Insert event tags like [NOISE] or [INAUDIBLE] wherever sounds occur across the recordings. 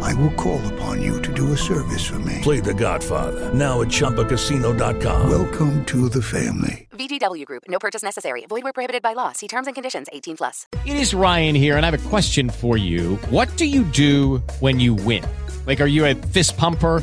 I will call upon you to do a service for me. Play The Godfather now at ChumbaCasino.com. Welcome to the family. VGW Group. No purchase necessary. Void where prohibited by law. See terms and conditions. 18 plus. It is Ryan here, and I have a question for you. What do you do when you win? Like, are you a fist pumper?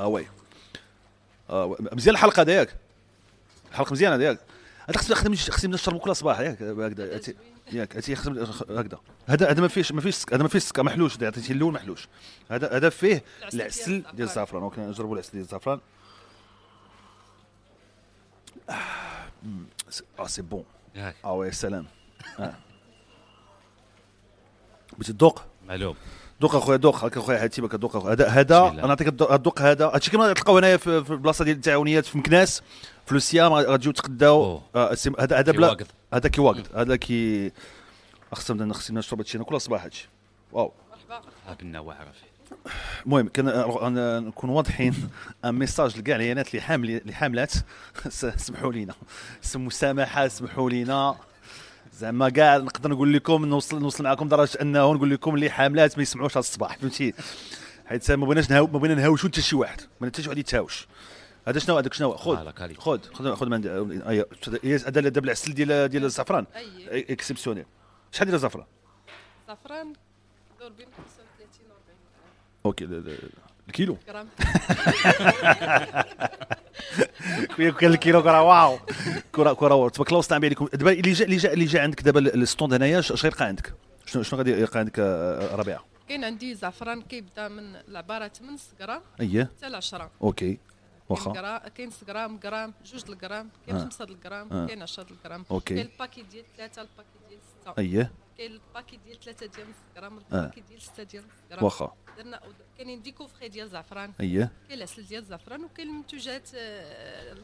اه وي اه وي. مزيان الحلقه دياك الحلقه مزيانه دياك هذا خصني خصني خصني نشربو كل صباح ياك هكذا أتي- ياك هاتي خصني هكذا هذا هذا ما فيهش ما فيهش سك- هذا ما فيهش سكر محلوش دي، عطيتي اللون محلوش هذا هذا فيه العسل ديال الزعفران اوكي نجربوا العسل ديال الزعفران آه، مم، سي- اه سي بون ياك. اه وي سلام آه. بغيتي تذوق معلوم دوق اخويا دوق هاك اخويا هاتي بك دوق أخويا. هذا هذا بسم الله. انا نعطيك الدو- الدوق هذا هادشي كما تلقاو هنايا في في البلاصه ديال التعاونيات في مكناس في لوسيام غا- غاتجيو تقداو أوه. آه، السيم- هذا هذا كي بلا واقد. هذا كي واقد هذا كي خصنا خصنا نشرب هادشي هنا كل صباح هادشي واو هاك النوع عرفي المهم كان أنا نكون واضحين [LAUGHS] ان ميساج لكاع العيانات اللي حامل اللي حاملات [LAUGHS] س- سمحوا لينا س- مسامحه سمحوا لينا زعما كاع نقدر نقول لكم نوصل نوصل معكم درجه انه نقول لكم اللي حاملات ما يسمعوش هذا الصباح فهمتي حيت ما بغيناش نهاو ما بغينا نهاوشوا حتى شي واحد ما حتى شي واحد يتهاوش هذا شنو هذاك شنو خذ مالك عليك. خذ خذ خذ من عندي. أيا، هذا هذا بالعسل ديال ديال الزعفران اكسبسيونيل شحال ديال الزعفران الزعفران دور بين 35 و 40 اوكي ال- ال- الكيلو غرام كويا كان الكيلو كره واو كره كره واو تبارك الله وسط عم عليكم دابا اللي جا اللي جا اللي جا عندك دابا الستوند هنايا ش- اش غيلقى عندك شنو شنو غادي يلقى عندك آه، آه، ربيعه كاين عندي زعفران كيبدا من العباره 8 غرام اييه حتى ل 10 اوكي كاين واخا آه. غرا- كاين 6 غرام غرام 2 الغرام كاين 5 الغرام كاين 10 الغرام أوكي. كاين الباكي ديال 3 الباكي ديال 6 اييه كاين الباكي ديال 3 ديال نص غرام الباكي ديال 6 ديال نص غرام آه. واخا. درنا كاينين دي كوفخي ديال الزعفران اييه كاين العسل ديال الزعفران وكاين المنتوجات آه،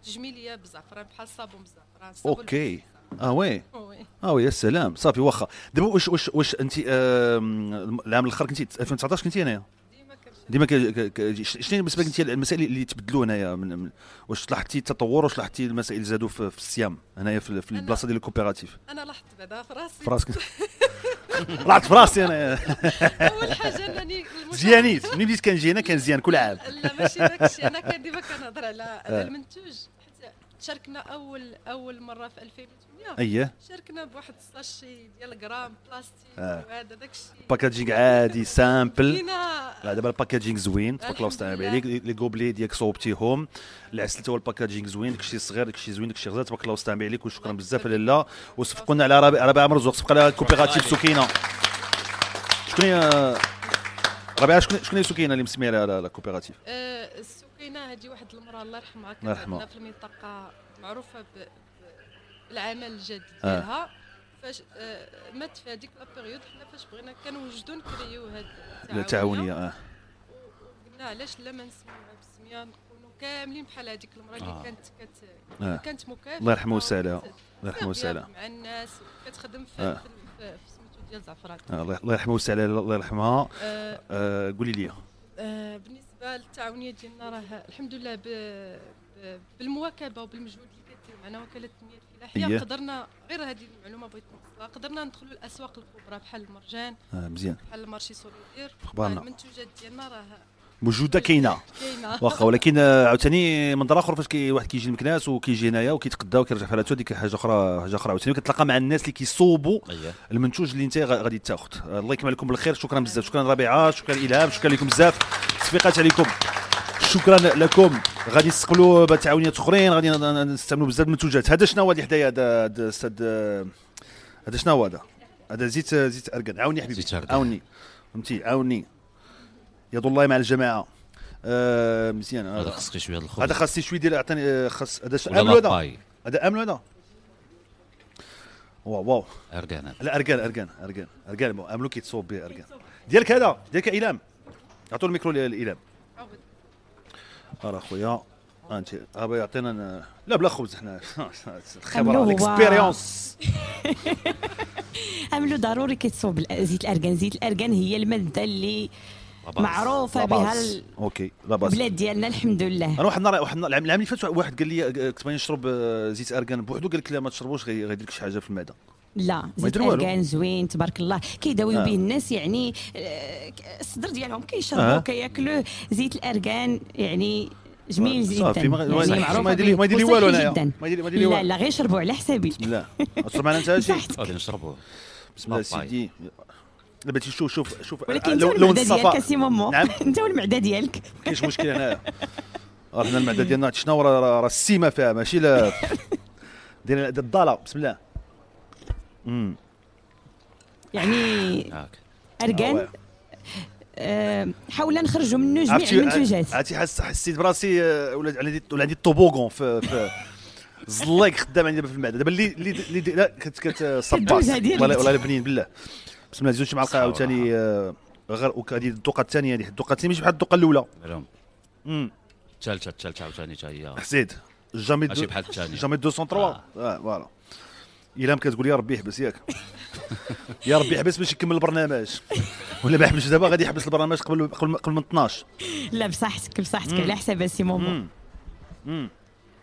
التجميليه بالزعفران بحال الصابون بالزعفران الصابون اوكي بالزعفران. اه وي وي. اه وي يا سلام صافي واخا دابا واش واش واش انت آم، العام الاخر كنتي 2019 كنتي هنايا ديما كنمشي ديما كا- كا- كا- ش- شنو بالنسبه لك انت المسائل اللي تبدلوا هنايا من- من- واش لاحظتي التطور واش لاحظتي المسائل زادوا في في الصيام هنايا في في البلاصه ديال [LAUGHS] الكوبيراتيف انا لاحظت بعدا في راسي في راسك طلعت في [LAUGHS] راسي انا اول حاجه انني المشاركة- زيانيت ملي بديت كنجي هنا كان زيان كل عام لا ماشي داكشي انا كان ديما كنهضر على آه. على المنتوج حيت شاركنا اول اول مره في 2008 اييه شاركنا بواحد الساشي ديال غرام بلاستيك أيوة. آه. وهذا داكشي باكاجينغ عادي سامبل لينا لا دابا الباكاجينغ زوين تبارك الله وسط الحمد عليك لي غوبلي ديالك صوبتيهم العسل تا هو الباكاجينغ زوين داكشي صغير داكشي زوين داكشي غزال تبارك الله وسط عليك وشكرا بزاف لاله وصفقوا لنا على ربيع ربيع مرزوق صفق على كوبيراتيف سكينه شكون هي ربيعه شكون شكون هي سكينه اللي مسميه على- على على الكوبيراتيف آه، السكينه هذه واحد المراه الله يرحمها كانت الله يرحمها. عندنا في المنطقه معروفه ب- ب- بالعمل الجاد آه. ديالها فاش آه، مات في هذيك لابيريود حنا فاش بغينا كنوجدوا نكريو هاد التعاونيه اه قلنا علاش لا ما نسميوها بالسميه نكونوا كاملين بحال هذيك المراه اللي كانت كت... آه. كانت مكافحه الله يرحمه ويسع لها. الله يرحمه ويسع ويسع لها. مع الناس كتخدم في, آه. في, في, في سميتو ديال زعفران آه، الله الله يرحمه ويسع لها، الله يرحمها آه آه، قولي لي آه بالنسبه للتعاونيه ديالنا راه الحمد لله ب... ب... بالمواكبه وبالمجهود اللي كدير معنا وكاله التنميه الفلاحيه إيه. قدرنا غير هذه المعلومه بغيت نوصلها قدرنا ندخلوا الاسواق الكبرى بحال المرجان آه، مزيان بحال المارشي سوليدير أخبارنا. المنتوجات ديالنا راه موجوده كاينه كاينه واخا ولكن آه، عاوتاني منظر اخر فاش كي واحد كيجي لمكناس وكيجي هنايا وكيتقدا وكيرجع في حالته هذيك حاجه اخرى حاجه اخرى عاوتاني وكتلاقى مع الناس اللي كيصوبوا أيه. المنتوج اللي انت غ- غادي تاخذ آه، الله يكمل لكم بالخير شكرا بزاف شكرا ربيعه شكرا الهام شكرا لكم بزاف تصفيقات عليكم شكرا لكم غادي نستقبلوا تعاونيات اخرين غادي نستعملوا بزاف من المنتوجات هذا شنو هو اللي حدايا هذا هذا الأستاذ- هذا شنو هو هذا هذا زيت زيت ارقد عاوني حبيبي زيت أرقد. عاوني فهمتي عاوني يد الله مع الجماعه آه مزيان هذا هذا خصك شويه الخبز هذا خاصني شويه ديال اعطيني آه، خاص هذا ش- ولا املو هذا لاباي. هذا املو هذا واو واو ارقان هذا. لا ارقان ارقان ارقان ارقان بون املو كيتصوب به ارقان ديالك هذا ديالك ايلام عطوا الميكرو لإيلام عوض. ارا خويا انت ابا يعطينا أنا- لا بلا خبز حنا الخبره عملوه. الاكسبيريونس [LAUGHS] عملوا ضروري كيتصوب بالأ- زيت الارغان زيت الارغان هي الماده اللي لاباس. معروفه لا بها باس. ال- اوكي لا باس البلاد ديالنا الحمد لله انا واحد النهار واحد النهار- العام العام اللي فات واحد قال لي آه، كنت باغي نشرب آه، زيت ارغان بوحدو قال لك لا ما تشربوش غي- غيدير لك شي حاجه في المعده لا زيت يدير والو. الارغان زوين تبارك الله كيداويو آه. به الناس يعني آه، ك- الصدر ديالهم كيشربوا آه. كياكلوه زيت الارغان يعني جميل جدا آه، صافي ما- ما- يعني ما- معروفة ما يدير لي- ما به يدير لي والو وصحي أنايا. جداً. ما يدير- ما يدير لي لا والو. لا غير شربوا على حسابي بسم الله تشرب معنا انت [LAUGHS] شي صحتك. غادي نشربوه بسم الله لاباي. سيدي بغيتي شوف شوف شوف ولكن آه، انت لون- والمعده لون ديالك الصفاء. سي مومو نعم انت والمعده ديالك كاينش مشكل هنايا راه حنا المعده ديالنا شنو راه راه- راه السيمه فيها ماشي [LAUGHS] لا ديال ديال الضاله بسم الله يعني هاك ارغان آه، آه، حاولنا نخرجوا منه جميع عرفتي المنتوجات عرفتي حس حسيت براسي آه، ولا عندي ولا عندي الطوبوغون في في [LAUGHS] زلايك خدام عندي دابا في المعده دابا اللي اللي اللي لا كت كت صباص الدوزة ديالك. والله والله بنين بالله بسم الله زوج معلقه عاوتاني آه، غير وك- هذه الدقه الثانيه هذه الدقه الثانيه ماشي بحال الدقه الاولى مالهم أمم. تشالشا تشالشا وثاني جايه حسيت جامي ماشي دو- بحال آه. الثانية. جامي 203 اه فوالا الا كتقول يا ربي يحبس [LAUGHS] ياك يا ربي يحبس باش يكمل البرنامج ولا ما يحبسش دابا غادي يحبس البرنامج قبل قبل قبل من 12 لا بصحتك بصحتك على حساب سي مومو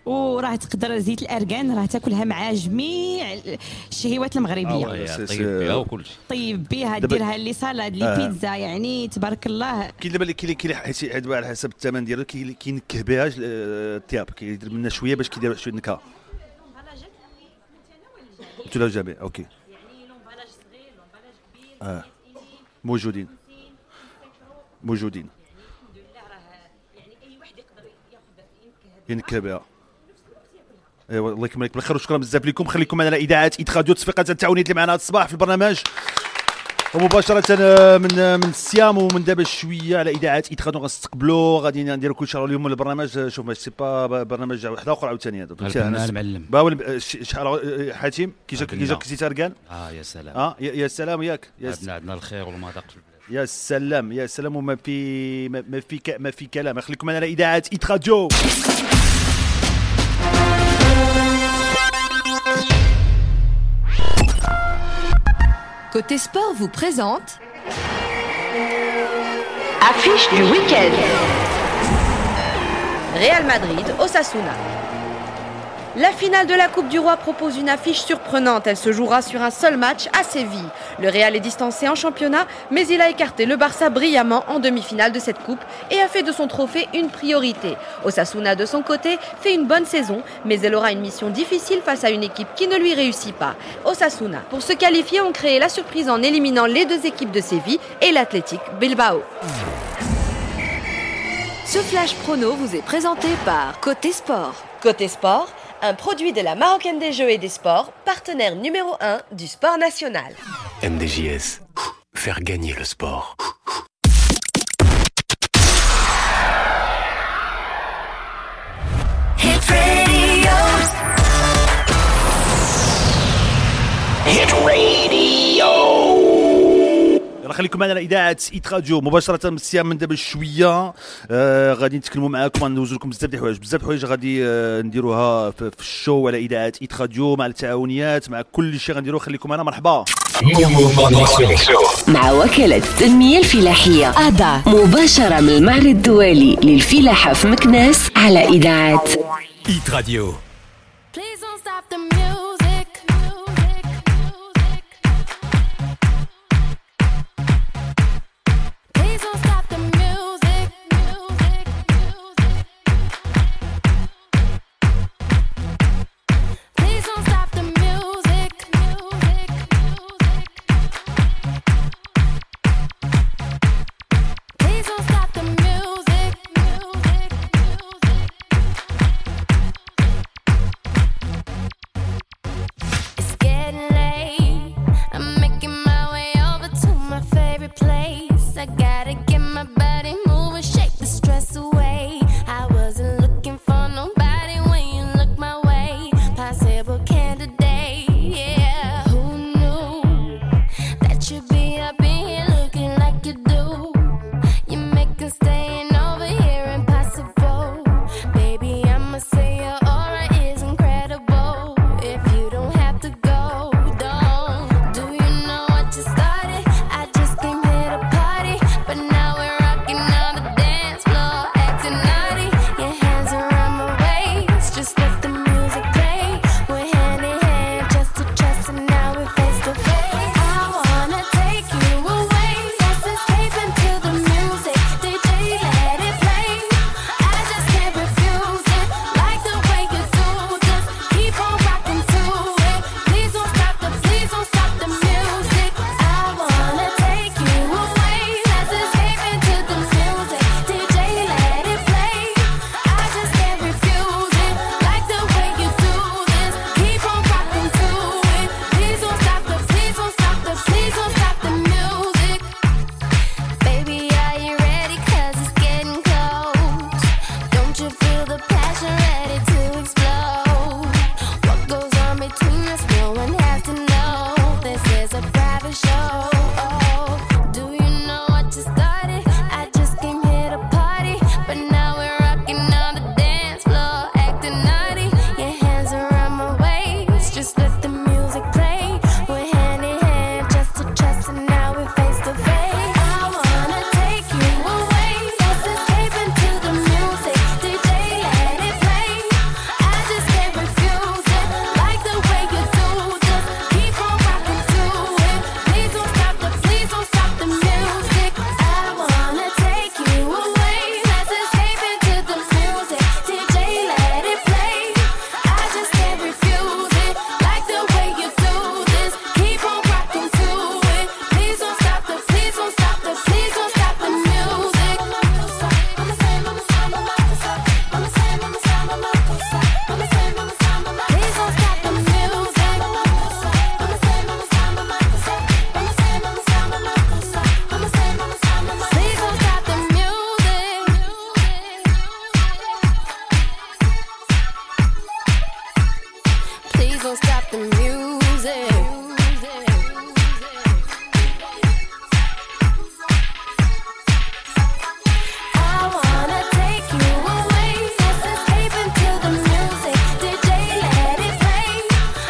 وراه تقدر زيت الارغان راه تاكلها مع جميع ال- الشهيوات المغربيه آه، سي- طيب سي- فيها وكل شيء طيب بها دابا- آه. ديرها لي سالاد لي بيتزا يعني تبارك الله كاين دابا اللي كاين اللي- كاين اللي حيت حيت على حسب الثمن ديالو كاين اللي كينكه بها ج- آه، الثياب كيدير منها شويه باش كيدير شويه نكهه تلا جميع اوكي آه. موجودين موجودين ينكه بها ايوا أيوة، الله يكملك بالخير وشكرا بزاف لكم خليكم معنا على اذاعه ايد راديو تصفيقات التعاونيات اللي معنا هذا الصباح في البرنامج ومباشرة آه، من آه، من السيام ومن دابا شوية على إذاعة إتخانو غنستقبلوا غادي نديروا كل شهر اليوم البرنامج آه، شوف ما سي با با- برنامج وحدة أخرى عاوتاني هذا البناء المعلم. باول شحال آه، حاتم كي جاك كي البناء. جاك زيت أركان اه يا سلام اه يا يا سلام ياك يا س- عندنا عندنا الخير والمذاق في البلاد يا سلام يا سلام وما في ما ما في ك- ما في كلام خليكم معنا على إذاعة إتخانو Côté sport vous présente Affiche du week-end. Real Madrid, Osasuna. La finale de la Coupe du Roi propose une affiche surprenante. Elle se jouera sur un seul match à Séville. Le Real est distancé en championnat, mais il a écarté le Barça brillamment en demi-finale de cette Coupe et a fait de son trophée une priorité. Osasuna, de son côté, fait une bonne saison, mais elle aura une mission difficile face à une équipe qui ne lui réussit pas. Osasuna, pour se qualifier, ont créé la surprise en éliminant les deux équipes de Séville et l'Athletic Bilbao. Ce Flash Prono vous est présenté par Côté Sport. Côté sport, un produit de la Marocaine des Jeux et des Sports, partenaire numéro 1 du sport national. MDJS. Faire gagner le sport. راه خليكم معنا على اذاعه ايت راديو مباشره من السيام من دابا شويه آه غادي نتكلموا معاكم غندوزو لكم بزاف د الحوايج بزاف د الحوايج غادي آه نديروها في, في الشو على اذاعه ايت راديو مع التعاونيات مع كل شيء غنديروه خليكم معنا مرحبا مع وكالة التنمية الفلاحية ADA, مباشرة من المعرض الدولي للفلاحة في مكناس على إذاعة Hit Radio. Please don't stop the music, music, music. Can't stop the music. I wanna take you away. Let's escape into the music. DJ, let it play.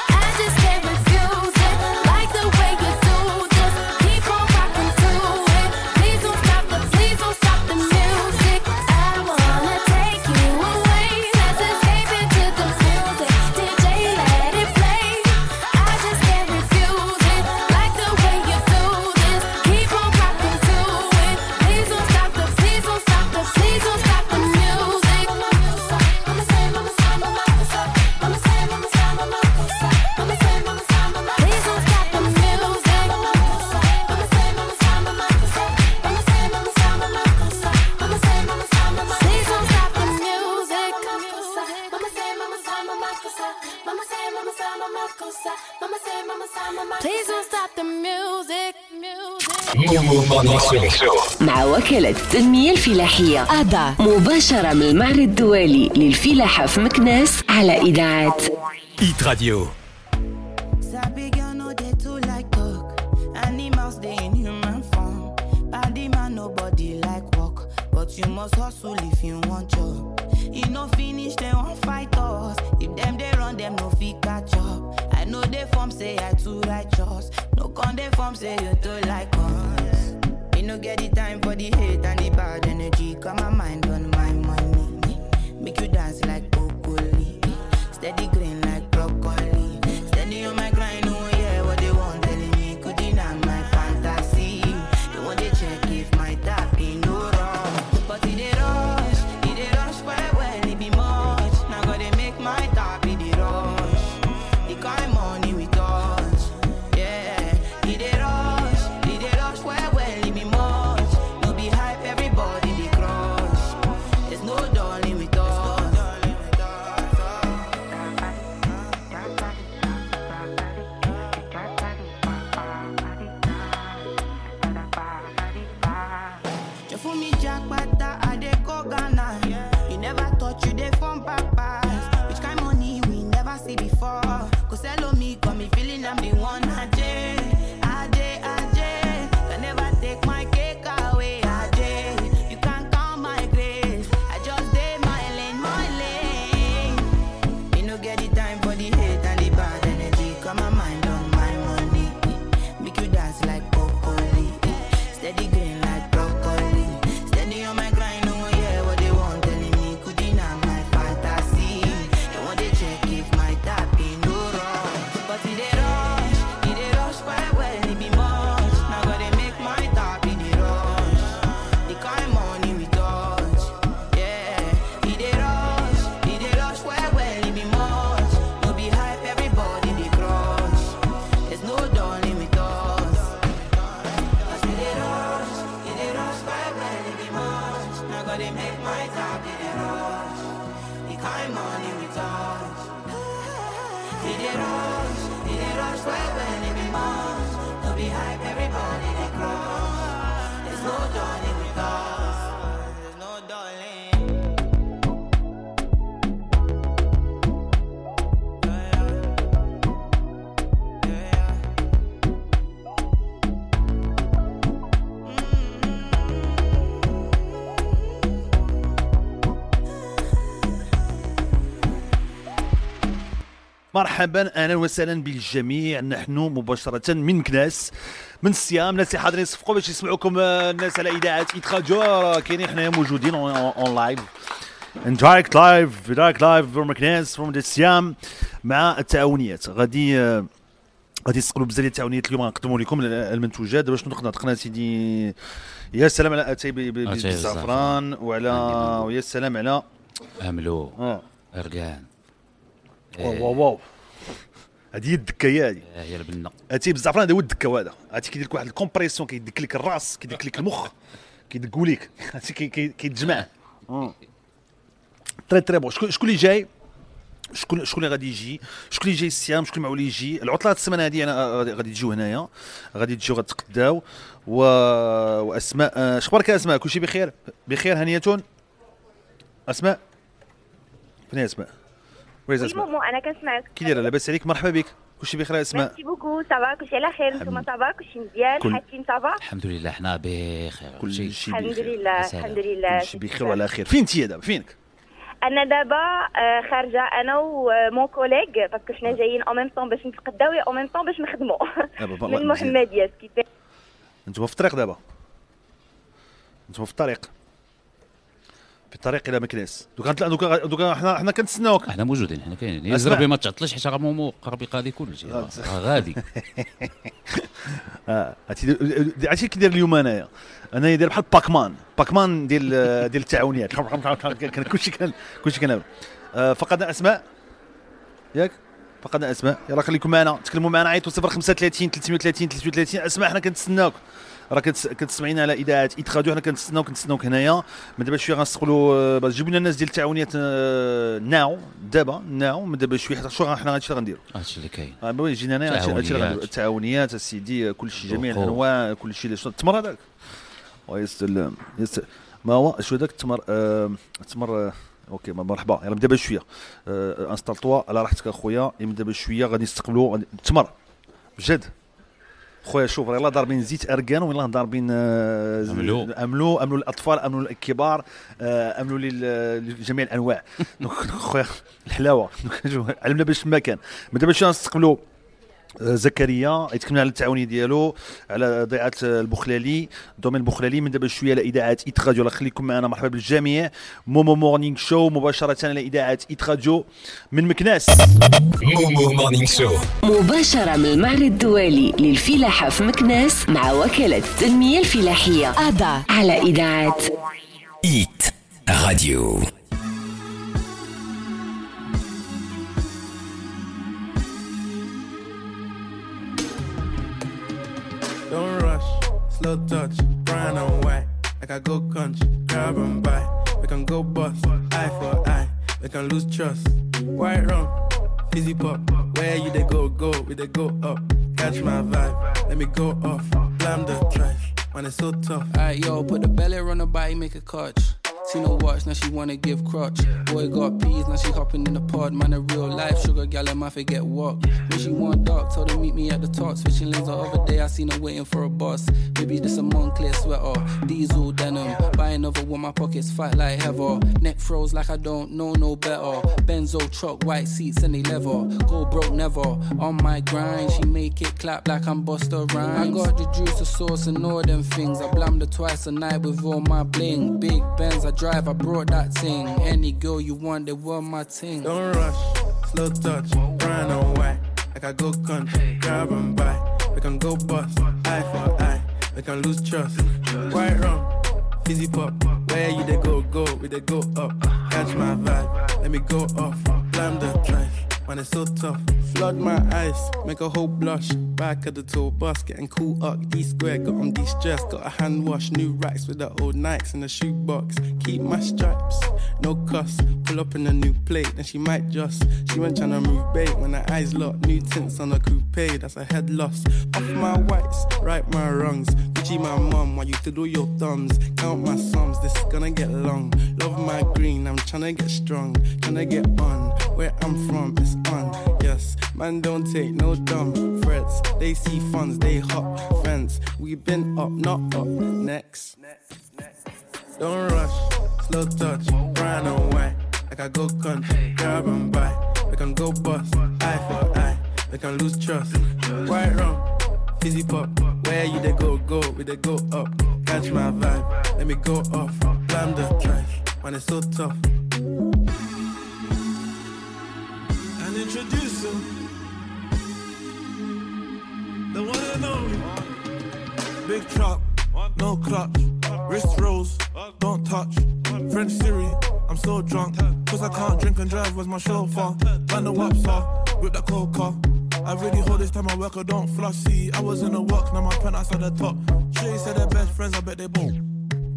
I just can't refuse it. Like the way you do this. Keep on rocking to it. Please don't stop the, please don't stop the music. I wanna take you away. Let's escape into the music. DJ, let it play. I just can't refuse it. Like the way you do this. Keep on rocking to it. Please don't stop the, please don't stop the, please don't stop the music. Please don't stop the music. Please don't stop the music. Please don't stop the music. مع وكالة التنمية الفلاحية أدا مباشرة من المعرض الدولي للفلاحة في مكناس على إذاعة Hit Radio. Sabi girl no dey too like talk. Animals they in human form. Body man nobody like walk, but you must hustle if you want job. You no finish they won't fight us. If them they run them no fit catch up. I know they form say I too righteous. No con they form say you too like us. Me no get the time for the hate and the bad energy. Got my mind on my money. Make you dance like broccoli. Steady green like broccoli. Standing on my grind, no one hear what they want telling me. Could deny my fantasy. They want to check if my tap in no wrong. But it they rush, it they rush for when it be much. Now gotta make my tap in the rush. The kind money we touch, yeah. It they rush, it they rush for when it be much. No be hype, everybody they crush. There's no darling with us. You fool me jack butter, I dey go Ghana. You never thought you dey form papas. Which kind money we never see before. Cause hello me, got me feeling I'm the one. Ajay, Ajay, Ajay. Can never take my cake away. Ajay, you can't count my grace. I just dey my lane, my lane. Me no get the time for the hate and the bad energy. Come my mind on my money. Make you dance like broccoli. Steady green like broccoli. Steady on my grind, no one hear what they want telling me. Could deny my fantasy. They want to check if my tap in no wrong. But it they rush, it they rush for when it be much. Now gotta make my tap in the rush. The kind money we touch, yeah. It they rush, it they rush for when it be much. No be hype, everybody they crush. There's no darling with us. Cause it they rush, it they rush for when it be much. Now gotta make my tap in the rush. The kind money we touch. It they rush, it they rush for when it be much. No be hype, everybody they crush. There's no darling with us. There's no darling. مرحبا اهلا وسهلا بالجميع نحن مباشره من مكناس من الصيام الناس اللي حاضرين يصفقوا باش يسمعوكم آه، الناس على اذاعه ايت راديو راه كاينين حنايا موجودين اون لايف ان دايركت لايف دايركت لايف فروم مكناس فروم الصيام مع التعاونيات غادي آه، غادي يسقلوا بزاف ديال التعاونيات اليوم غنقدموا لكم ال- المنتوجات دابا شنو نقدنا سيدي يا سلام على اتاي ب- ب- ب- أتاي بالزعفران بالزعفران. وعلى ويا سلام على املو آه. ارقان واو واو واو هذه هي الدكه هي هذه هي البنه عرفتي بالزعفران هذا هو الدكه هذا عرفتي كيدير لك واحد الكومبريسيون كيدك لك الراس كيدك لك المخ كيدقوا لك [LAUGHS] عرفتي كي- كي- كيتجمع تري تري بون شكون شكون اللي جاي شكون شكون اللي غادي يجي شكون اللي جاي الصيام شكون معول يجي العطله هاد السمانه هذه انا غادي آه، غادي تجيو هنايا غادي تجيو غتقداو و... واسماء آه، شخبارك يا اسماء كلشي بخير بخير هنيتون اسماء فين هي اسماء ويز وي اسماء مومو انا كنسمعك كي دايره لاباس عليك مرحبا بك كلشي بخير اسماء ميرسي بوكو صافا كلشي على خير نتوما صافا كلشي مزيان كل- حاتين صافا الحمد لله حنا بخير كلشي الحمد بخير لله سلام. الحمد لله كلشي بخير وعلى خير فين انت دابا فينك انا دابا آه، خارجه انا ومون كوليغ باسكو حنا جايين او ميم طون باش نتقداو او ميم طون باش نخدموا دابا والله من مزيان. محمد ياس كيفاش انتم في الطريق دابا انتم في الطريق في الطريق الى مكناس دوكا نطلع- دوكا دوكا حنا حنا كنتسناوك حنا موجودين حنا كاينين يا أسمع. آه. زربي ما تعطلش حيت راه مومو قربي قاضي آه، كلشي راه راه [LAUGHS] غادي اه عرفتي دي- عرفتي كي داير اليوم انايا انايا داير بحال باكمان باكمان ديال ديال التعاونيات [LAUGHS] كان كلشي كان كلشي كنعمل آه، فقدنا اسماء ياك فقدنا اسماء يلا خليكم معنا تكلموا معنا عيطوا 035 330 330 اسماء حنا كنتسناوك راه كتس- كتسمعينا على اذاعه ادخادو حنا كنتسناوك كنتسناوك هنايا من دابا شويه غنسقلوا آه، باش جيبوا لنا الناس ديال التعاونيات آه، ناو دابا ناو من دابا شويه حتى شو غن- حنا هادشي اللي غنديرو هادشي اللي كاين آه، بوي جينا هنايا هادشي- هادشي اللي غنديرو تعاونيات. التعاونيات السيدي كل شيء جميع الوقوف. الانواع كل شيء شنو التمر هذاك ويا سلام يا سلام. ما هو شو هذاك التمر آه، التمر آه، اوكي ما- مرحبا يلا دابا شويه آه، انستال طوا على راحتك اخويا يلا دابا شويه غادي نستقبلوا غادي- التمر بجد خويا شوف يلا ضاربين زيت اركان ويلا ضاربين آه، أملو. املو املو الاطفال املو الكبار آه، املو لل- لجميع الانواع دونك خويا الحلاوه دونك [LAUGHS] شوف، علمنا باش ما كان ما دابا شنو نستقبلوا آه، زكريا يتكلمنا على التعاوني ديالو على ضيعه آه، البخلالي دومين البخلالي من دابا شويه على اذاعه ايت راديو الله يخليكم معنا مرحبا بالجميع مومو مورنينغ شو مباشره على اذاعه ايت راديو من مكناس مومو مورنينغ شو مباشرة من المعرض الدولي للفلاحة في مكناس مع وكالة التنمية الفلاحية أدا على إذاعة Hit Radio. Don't rush, slow touch, brown and white. Like I go country, grab and buy. We can go bust, eye for eye. We can lose trust. White rum, fizzy pop. Where you they go, go, we they go up. Catch my vibe, let me go off. Blam the trash, man, it's so tough. Alright, yo, put the belly on her body, make a clutch. Seen her watch, now she wanna give crutch. Boy got peas, now she hopping in the pod. Man, a real life sugar gal, I might forget walk. When she want dark, told her meet me at the top. Switching lanes the other day, I seen her waiting for a bus. Maybe this a Moncler sweater, diesel denim. Buy another one, my pockets fat like heather. Neck froze like I don't know no better. Benzo truck, white seats and they leather. Go broke never. On my grind, she make it clap like I'm Buster Rhymes. I got the juice, the sauce, and all them things. I blammed her twice a night with all my bling. Big Benz, I drive, I brought that thing. Any girl you want, they were my ting. Don't rush, slow touch, brown and white. Like I go country, grab and buy. We can go bust, eye for eye. We can lose trust. White rum, fizzy pop. Where you they go, go, we they go up. Catch my vibe, let me go off. Blam the trash, man it's so tough. Flood my eyes, make a whole blush. Back at the tour bus, getting cool up. D square, got 'em de-stressed. Got a hand wash, new racks with the old Nikes in the shoebox. Keep my stripes, no cuss. Pull up in a new plate, then she might just. She went tryna move bait when her eyes locked. New tints on a coupe, that's a head loss. Off my whites, right my wrongs. Gucci my mum, while you twiddle your thumbs. Count my sums, this is gonna get long. Love my green, I'm tryna get strong. Tryna get on, where I'm from, it's on. Yes, man, don't take no dumb threats. They see funds, they hop fence. We been up, not up. Next. Don't rush, slow touch, brown and white. Like I go country, grab and buy. We can go bust, eye for eye. We can lose trust. White rum, fizzy pop. Where you they go, go, we they go up. Catch my vibe, let me go off. Blam the trash, man, it's so tough. and introduce him. The one and only. Big chop, no clutch. Wrist rolls, don't touch. French Siri, I'm so drunk. Cause I can't drink and drive, where's my chauffeur? Man, the wops are, with the coca. I really hold this time I work, I don't floss. See, I was in the work, now my penthouse at the top. Shay said they're best friends, I bet they both.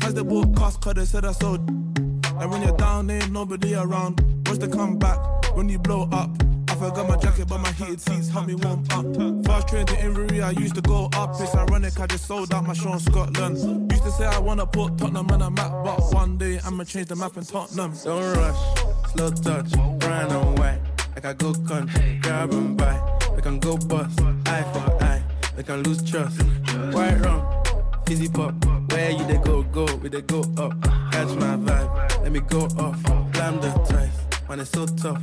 As they bought cars, cause they said I sold. And when you're down, there ain't nobody around. What's the comeback when you blow up? I forgot my jacket, but my heated seats help me warm up. Fast train to Inverie, I used to go up. It's ironic, I just sold out my show in Scotland. Used to say I wanna put Tottenham on a map, but one day I'ma change the map in Tottenham. Don't rush, slow touch, brown and white. I can go con, grab and buy. We can go bust, eye for eye. We can lose trust, right wrong, fizzy pop. Where you they go, go, we they go up. Catch my vibe, let me go off. Slam the twice, man it's so tough.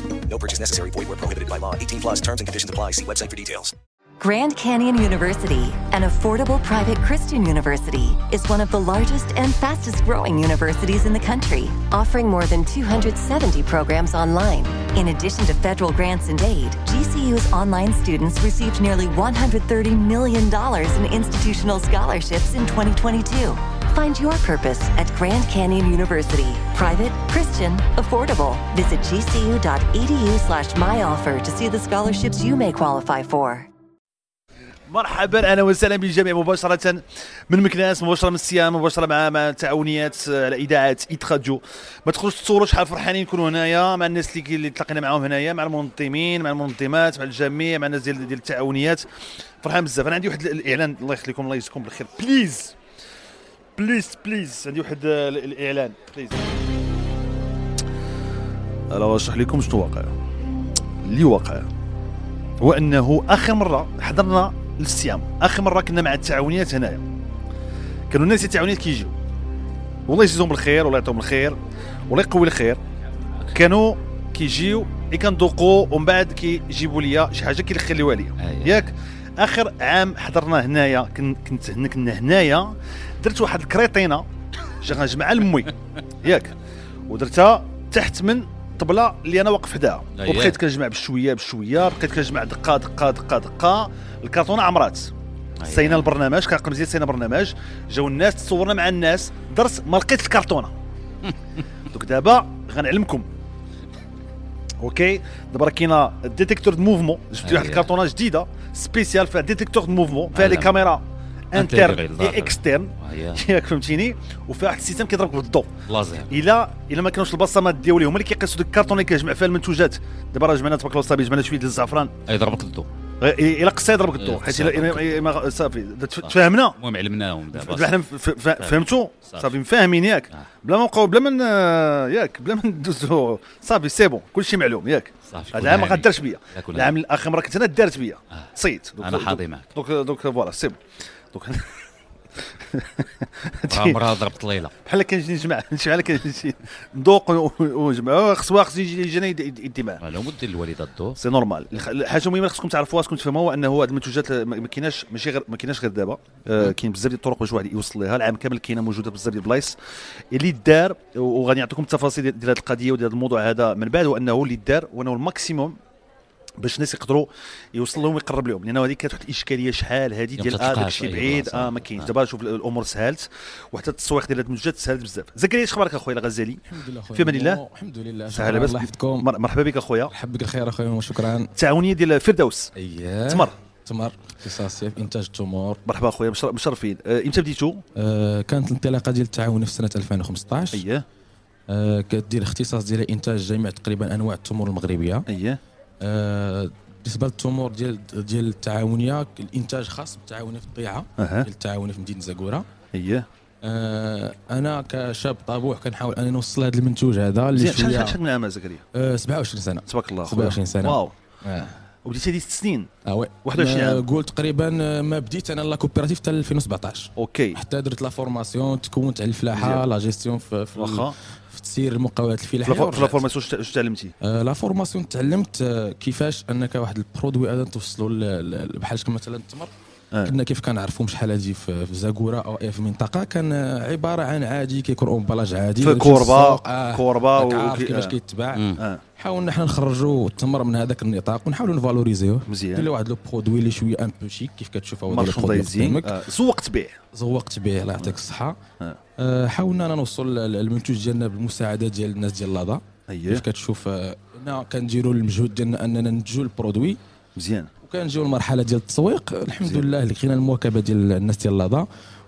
No purchase necessary. Void where prohibited by law. 18 plus terms and conditions apply. See website for details. Grand Canyon University, an affordable private Christian university, is one of the largest and fastest growing universities in the country, offering more than 270 programs online. In addition to federal grants and aid, GCU's online students received nearly $130 million in institutional scholarships in 2022. Find your purpose at Grand Canyon University. Private, Christian, affordable. Visit gcu.edu E slash myoffer to see the scholarships you may qualify for. مرحبا اهلا وسهلا بالجميع مباشره من مكناس مباشره من السيام مباشره مع مع تعاونيات آه، على اذاعه ايت راديو ما تخرجش تصوروا شحال فرحانين نكونوا هنايا مع الناس اللي كي- اللي تلاقينا معاهم هنايا مع المنظمين مع المنظمات مع الجميع مع الناس ديال ديال التعاونيات فرحان بزاف انا عندي واحد الاعلان الله يخليكم الله يجزيكم بالخير بليز بليز بليز عندي واحد آه، ال- الاعلان بليز انا اشرح لكم شنو واقع اللي واقع هو انه اخر مره حضرنا للسيام اخر مره كنا مع التعاونيات هنايا كانوا الناس التعاونيات كيجيو والله يجزيهم بالخير والله يعطيهم الخير والله يقوي الخير كانوا كيجيو اللي كندوقوا ومن بعد كيجيبوا لي شي حاجه كيخليوها لي ياك اخر عام حضرنا هنايا كن- كنت هنا كنا هنايا درت واحد الكريطينه جا غنجمع لمي ياك ودرتها تحت من طبله اللي انا واقف حداها أيه. وبقيت كنجمع بشويه بشويه بقيت كنجمع دقه دقه دقه دقه الكرتونه عمرات سينا البرنامج كنعقل مزيان سينا البرنامج جاو الناس تصورنا مع الناس درت ما لقيتش الكرتونه دوك دابا غنعلمكم اوكي دابا راه كاينه ديتيكتور دو موفمون جبت واحد أيه. الكرتونه جديده سبيسيال فيها ديتيكتور دو موفمون فيها لي أعلم. كاميرا انتيغري انترن لداخل. اي اكسترن أيه. [LAUGHS] ياك فهمتيني وفيها واحد السيستم كيضربك بالضوء لازم الا الا ما كانوش البصمات ديالو هما اللي كيقيسوا ديك الكرتون اللي كيجمع فيها المنتوجات دابا راه جمعنا تبارك الله صافي جمعنا شويه ديال الزعفران يضربك الضو غير- الا قصه يضربك الضوء إلا حيت قصة إلا- إلا- إلا- إلا- صافي تفاهمنا المهم علمناهم دابا دابا حنا ف- ف- ف- فهمتوا صافي مفاهمين ياك بلا ما نبقاو بلا ما ن- ياك بلا ما ندوزو صافي سي بون كلشي معلوم ياك صافي، كون هذا العام ما هاني. غدارش بيا لا، كون العام هاني. الاخر مره كنت انا دارت بيا صيد دوك- أنا دوك- حاضي معك. دوك دوك فوالا سي بون دوك [LAUGHS] راه مرة ضربت ليلى بحال كنجي نجمع [LAUGHS] بحال كنجي ندوق و- ونجمع خصوا خصو يجي يجينا يدي معاه لو مد الوالده الضو سي نورمال الخ- الحاجه المهمه اللي خصكم تعرفوها خصكم تفهموها هو انه هاد المنتوجات ما ما كايناش ماشي غير ما كايناش غير دابا آه، كاين بزاف ديال الطرق باش الواحد يوصل لها العام كامل كاينه موجوده بزاف ديال البلايص اللي دار و- وغادي نعطيكم التفاصيل ديال- ديال هاد القضيه وديال هاد الموضوع هذا من بعد هو انه اللي دار وانه الماكسيموم باش الناس يقدروا يوصل لهم ويقرب لهم لان هذيك كانت واحد الاشكاليه شحال هذه يوم ديال اه تتلقاها داك في الشيء أي بعيد بلاصة. اه ما كاينش آه. دابا شوف الامور سهلت وحتى التسويق ديال هاد المنتوجات سهلت بزاف زكريا اش اخبارك اخويا الغزالي الحمد لله أخويا في امان الله مو- الحمد لله سهلا بس الله يحفظكم مر- مرحبا بك اخويا حبك الخير اخويا وشكرا التعاونيه ديال فردوس اييه تمر. تمر اختصاص سيف انتاج تمور مرحبا اخويا مشر- مشرفين آه، امتى بديتو آه كانت الانطلاقه ديال التعاون في سنه 2015 اييه آه كدير اختصاص ديال انتاج جميع تقريبا انواع التمور المغربيه اييه آه بالنسبه للتمور ديال ديال التعاونيه الانتاج خاص بالتعاونيه في الطيعه أها. ديال التعاونيه في مدينه زاكوره اييه آه انا كشاب طابوع كنحاول انني نوصل هذا المنتوج هذا اللي زين، شحال شويه شحال شحال من عام زكريا آه 27 سنه تبارك الله 27 سنه واو آه. وبديتي هذه ست سنين اه وي 21 عام. قول تقريبا آه، ما بديت انا لا كوبيراتيف حتى 2017 اوكي حتى درت لا فورماسيون تكونت على الفلاحه مزيان. لا جيستيون في في, واخا. ال- في تسيير المقاولات في الفلاحيه لا- في لا ورجعت. فورماسيون شت- شت تعلمتي آه، لا فورماسيون تعلمت آه، كيفاش انك واحد البرودوي هذا توصلوا بحال شكل مثلا التمر كنا كيف كنعرفهم شحال هادي في في زاكوره او في المنطقه كان آه، عباره عن عادي كيكون امبلاج عادي في كوربه السوق، آه، كوربه راك و- عارف وكي- كيفاش آه. كيتباع مم. آه. حاولنا حنا نخرجوا التمر من هذاك النطاق ونحاولوا نفالوريزيوه مزيان. دير له واحد لو برودوي اللي شويه ان بو شيك كيف كتشوف هو Merchandising. آه، زوقت به زوقت به الله يعطيك الصحه آه، حاولنا انا نوصل ل- المنتوج ديالنا بالمساعده ديال الناس ديال لادا أيه. كيف كتشوف آه، حنا كنديروا المجهود ديالنا اننا ننتجوا البرودوي مزيان وكنجيو للمرحله ديال التسويق الحمد لله لقينا المواكبه ديال الناس ديال لادا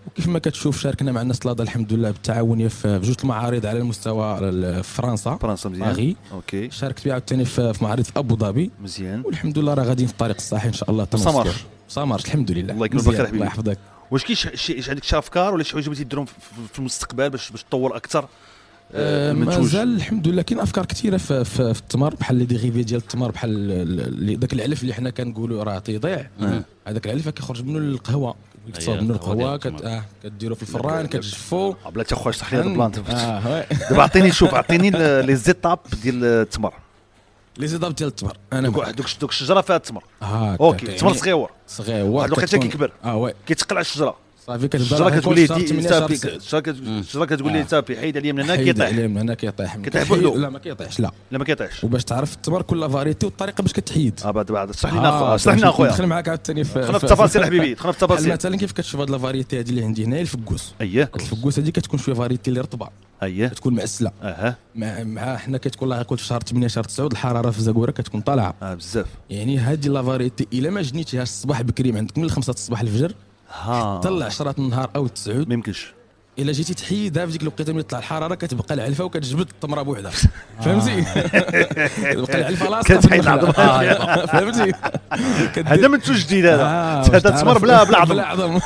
وكيف ما كتشوف شاركنا مع الناس لادا الحمد لله بالتعاونيه في في جوج المعارض على المستوى ال- في فرنسا فرنسا مزيان. باغي اوكي شاركت فيها عاوتاني في في معرض في ابو ظبي مزيان والحمد لله راه غاديين في الطريق الصحيح ان شاء الله ما تنوصلوا. سمرش. سمرش الحمد لله الله يكرمك مزيان، بخير حبيبي الله يحفظك واش كاين شي- شي شي عندك شي افكار ولا شي حوايج بغيتي ديرهم في- في في المستقبل باش باش تطور اكثر آه، المنتوج. مازال الحمد لله كاين افكار كثيره في, في, في التمر بحال لي ديغيفي ديال التمر بحال ال- ال- ذاك العلف اللي حنا كنقولوا راه تيضيع آه. هذاك العلف كيخرج منه القهوه كتصاوب أيه، منه القهوة القهوه ديال كت... آه كديرو في الفران كتجفو بلاتي اخويا اشرح لي هذا البلان آه، وي. [LAUGHS] دابا عطيني شوف عطيني ال- لي زيتاب ديال التمر لي زيتاب ديال التمر انا دوك دوك دوك الشجره فيها التمر هاك اوكي يعني- التمر صغيور صغيور واحد الوقيته كتكون- كيكبر اه وي كيتقلع الشجره صافي كتبدا الشجره راه كتقول لي كون شهر دي- ثمانية، تابي- شهر تسعة. الشجره كت- الشجره كتقول لي آه. تابي حيد عليا من هنا حيد كيطيح عليه من هنا كيطيح من كيطيح كتحيد- بوحدو. لا ما كيطيحش لا لا ما كيطيحش وباش تعرف التمر كل فاريتي والطريقه باش كتحيد آه، اه بعد بعد اشرح لنا اخويا اشرح لنا اخويا دخل معاك عاوتاني في دخلنا في في- التفاصيل حبيبي دخلنا في بحال التفاصيل أيه. مثلا كيف كتشوف هاد لافاريتي هادي اللي عندي هنا هي الفكوس اييه الفكوس هادي كتكون شويه فاريتي اللي رطبه اييه كتكون معسله اها مع مع حنا كتكون الله يقول في شهر 8 شهر 9 الحراره في زاكوره كتكون طالعه اه بزاف يعني هادي لافاريتي الا ما جنيتيهاش الصباح بكري من عندك من 5 الصباح الفجر ها حتى ل 10 النهار او 9 ما آه. يمكنش الا جيتي تحيدها في ديك الوقيته ملي تطلع الحراره كتبقى العلفه وكتجبد التمره [LAUGHS] بوحدها فهمتي تبقى العلفه لاصقه في [LAUGHS] آه. كتحيد النخلة. العظم. آه، يبقى. فهمتي آه، هذا منتوج جديد هذا هذا تمر بلا بلا عظم [LAUGHS] عظم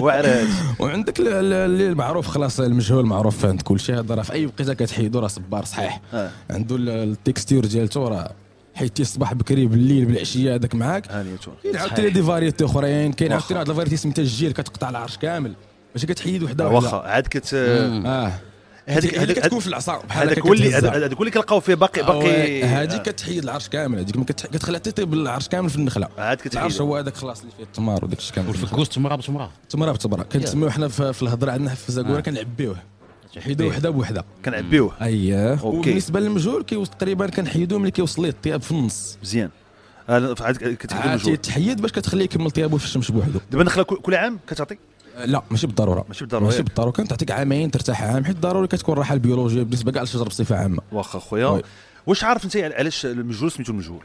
وعرات وعندك ال- ال- اللي المعروف خلاص المجهول معروف عند كل شيء هذا راه في اي وقيته كتحيدو راه صبار صحيح آه. عنده ال- التكستير ديالته راه حيتي الصباح بكري بالليل بالعشيه هذاك معاك كاين عاوتاني دي فاريتي اخرين كاين واخا. عاوتاني واحد الفاريتي سميتها الجيل كتقطع العرش كامل ماشي كتحيد وحده وحده واخا عاد كت اه هذيك اللي كتكون في العصا بحال هذاك هكا آه، هو اللي كتهزها. هذاك هو اللي كنلقاو فيه باقي باقي هذه كتحيد العرش كامل هذيك ما كتح- كتخليها تطيب العرش كامل في النخله عاد كتحيد. العرش هو هذاك خلاص اللي فيه التمار وداك الشيء كامل والفكوس تمره بتمره تمره بتمره كنسميو حنا في في الهضره عندنا في زاكوره آه. كنعبيوه حيدو وحده بوحده كنعبيوه اييه اوكي وبالنسبه للمجهول كيوصل تقريبا كنحيدوه ملي كيوصل ليه الطياب في النص مزيان آه، عاد كتحيدو عاد مجهول. تيتحيد باش كتخليه يكمل طيابه في الشمس بوحده دابا النخله كل كل عام كتعطي لا ماشي بالضروره ماشي إيه. بالضروره ماشي بالضروره كنتعطيك عامين ترتاح عام حيت ضروري كتكون الراحه البيولوجيه بالنسبه كاع للشجر بصفه عامه واخا خويا واش عارف انت علاش المجهول سميتو المجهول